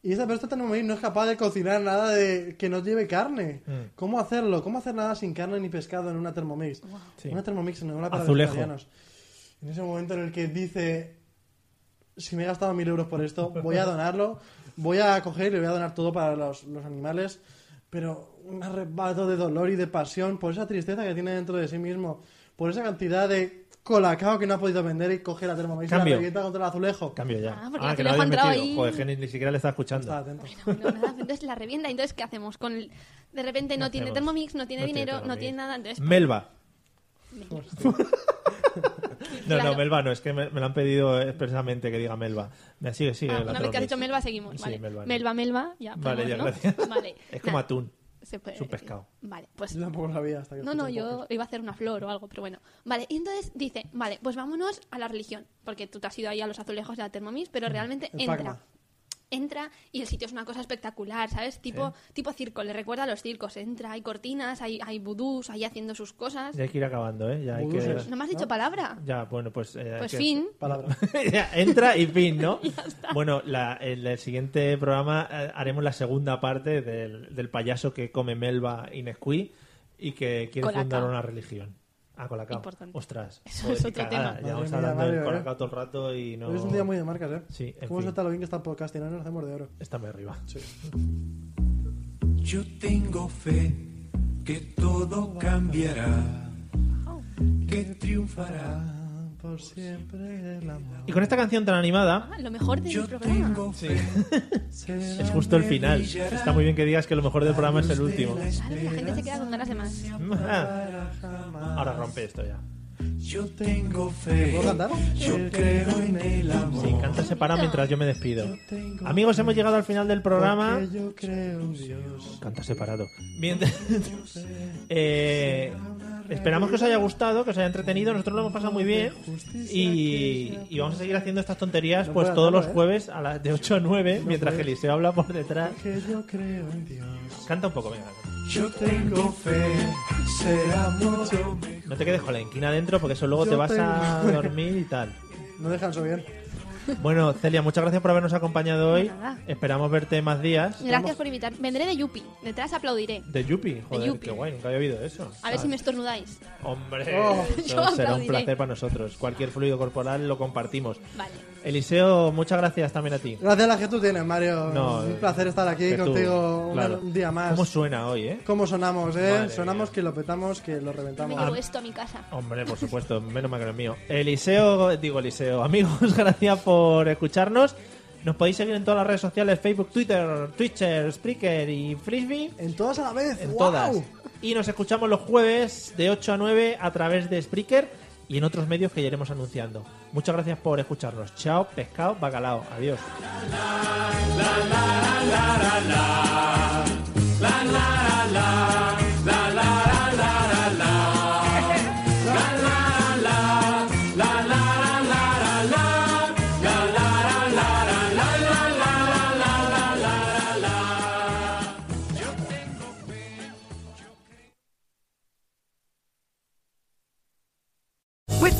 D: Y esta persona Thermomix no es capaz de cocinar nada de que no lleve carne.
C: Mm.
D: ¿Cómo hacerlo? ¿Cómo hacer nada sin carne ni pescado en una Thermomix?
C: Sí.
D: Una Thermomix no una para
C: Azulejo.
D: vegetarianos. En ese momento en el que dice, si me he gastado mil euros por esto, voy a donarlo, voy a coger y le voy a donar todo para los, los animales, pero un arrebato de dolor y de pasión por esa tristeza que tiene dentro de sí mismo, por esa cantidad de colacao que no ha podido vender y coge la Thermomix y la
C: Cambio.
D: revienta contra el azulejo.
C: Cambio ya.
E: Ah, porque
C: que
E: Azulejo
C: lo
E: ha
C: habéis
E: entrado
C: metido.
E: ahí.
C: Joder, que ni, ni siquiera le está escuchando.
D: Estaba atento.
E: Bueno, nada, entonces la revienta. Entonces, ¿qué hacemos? con el- De repente no tiene
C: hacemos?
E: Thermomix, no tiene
C: No tiene
E: dinero, no
C: Thermomix.
E: tiene nada. Entonces,
C: Melba. No,
E: Claro.
C: no, Melba no, es que me, me lo han pedido expresamente que diga Melba. Me sigue, sigue.
E: Ah,
C: la
E: una vez que has
C: Thermomix.
E: dicho Melba, seguimos.
C: Sí,
E: Vale.
C: Melba, no.
E: Melba, Melba, ya.
C: Vale,
E: podemos,
C: ya,
E: ¿no?
C: gracias.
E: Vale.
C: Es como
E: Nada,
C: atún.
E: se puede
C: Es un
E: decir.
C: pescado.
E: Vale, pues
D: Yo tampoco lo sabía hasta que
E: No, no,
D: escuché un
E: yo
D: podcast.
E: iba a hacer una flor o algo, pero bueno. Vale, y entonces dice, vale, pues vámonos a la religión, porque tú te has ido ahí a los azulejos de la Thermomix,
C: Mm,
E: pero realmente
D: El
E: entra.
D: Pac-Man.
E: Entra y el sitio es una cosa espectacular, ¿sabes? Tipo, tipo circo, le recuerda a los circos. Entra, hay cortinas, hay, hay vudús ahí haciendo sus cosas.
C: Ya hay que ir acabando, ¿eh? Ya, hay que...
D: Buduses.
E: ¿No me has dicho palabra?
C: ya bueno, pues... eh, hay
E: Pues
C: que-
E: fin.
D: Palabra.
C: Ya, entra y fin, ¿no? bueno, la- el, el siguiente programa eh, haremos la segunda parte del, del payaso que come melva y Nesquí y que quiere
E: Colacao.
C: fundar una religión. Ah, Colacao.
E: Importante.
C: Ostras.
E: Eso
C: joder,
E: es
C: qué
E: otro
C: cagada.
E: tema.
C: Ya vamos
D: Madre mía,
C: hablando del
D: Mario, ¿eh?
C: Colacao todo el rato y no...
D: Hoy es un día muy de marcas, ¿eh?
C: Sí, en
D: ¿Cómo
C: fin.
D: está lo bien que está el podcast? Y no nos hacemos de oro.
C: Está muy arriba.
G: Yo tengo fe que todo cambiará, que triunfará.
D: Por siempre el amor.
C: Y con esta canción tan animada,
E: Ah, lo mejor del
G: Yo
E: programa.
G: tengo fe.
C: es justo el final. Está muy bien que digas que lo mejor del programa es el último.
E: Claro, la gente se queda con ganas de más.
C: Ahora rompe esto ya.
G: Yo tengo fe.
D: ¿Puedo cantar?
G: Yo creo en el amor.
C: Sí, canta ese para mientras yo me despido. Amigos, hemos llegado al final del programa.
D: Porque yo creo en Dios.
C: Canta separado. Mientras- Eh, esperamos que os haya gustado, que os haya entretenido. Nosotros lo hemos pasado muy bien. Y, y vamos a seguir haciendo estas tonterías pues
D: puedo
C: todos los
D: hacerlo, ¿eh?
C: jueves a las de 8 a 9, mientras que Eliseo habla por detrás.
D: Que yo creo en Dios.
C: Canta un poco, venga.
G: Yo tengo fe. Será mucho mejor.
C: No te quedes con la inquina adentro porque eso luego
D: Yo
C: te vas a
D: tengo-
C: dormir y tal.
D: No dejan eso bien.
C: Bueno, Celia, muchas gracias por habernos acompañado hoy.
E: Nada.
C: Esperamos verte más días.
E: Gracias por invitar. Vendré de Yupi. Detrás aplaudiré.
C: De Yupi, joder,
E: Yupi.
C: qué guay, nunca había oído eso.
E: A ver si me estornudáis.
C: Hombre,
D: Oh.
C: eso
E: Yo
C: será un
E: aplaudiré.
C: placer para nosotros. Cualquier fluido corporal lo compartimos.
E: Vale.
C: Eliseo, muchas gracias también a ti.
D: Gracias a las que tú tienes, Mario.
C: No,
D: es un placer estar aquí
C: que tú,
D: contigo una-
C: claro.
D: un día más.
C: ¿Cómo suena hoy, eh?
D: ¿Cómo sonamos, eh?
C: Madre mía.
D: sonamos
C: Ah.
D: que lo petamos, que lo
E: Yo me
D: reventamos.
E: llevo esto a mi casa.
C: Hombre, por supuesto, menos mal que no es mío. Eliseo, digo Eliseo, amigos, gracias por escucharnos. Nos podéis seguir en todas las redes sociales, Facebook, Twitter, Twitcher, Spreaker y Frisbee.
D: En todas a la vez.
C: En
D: ¡guau!
C: todas. Y nos escuchamos los jueves de 8 a 9 a través de Spreaker y en otros medios que ya iremos anunciando. Muchas gracias por escucharnos. Chao, pescado, bacalao. Adiós.
H: With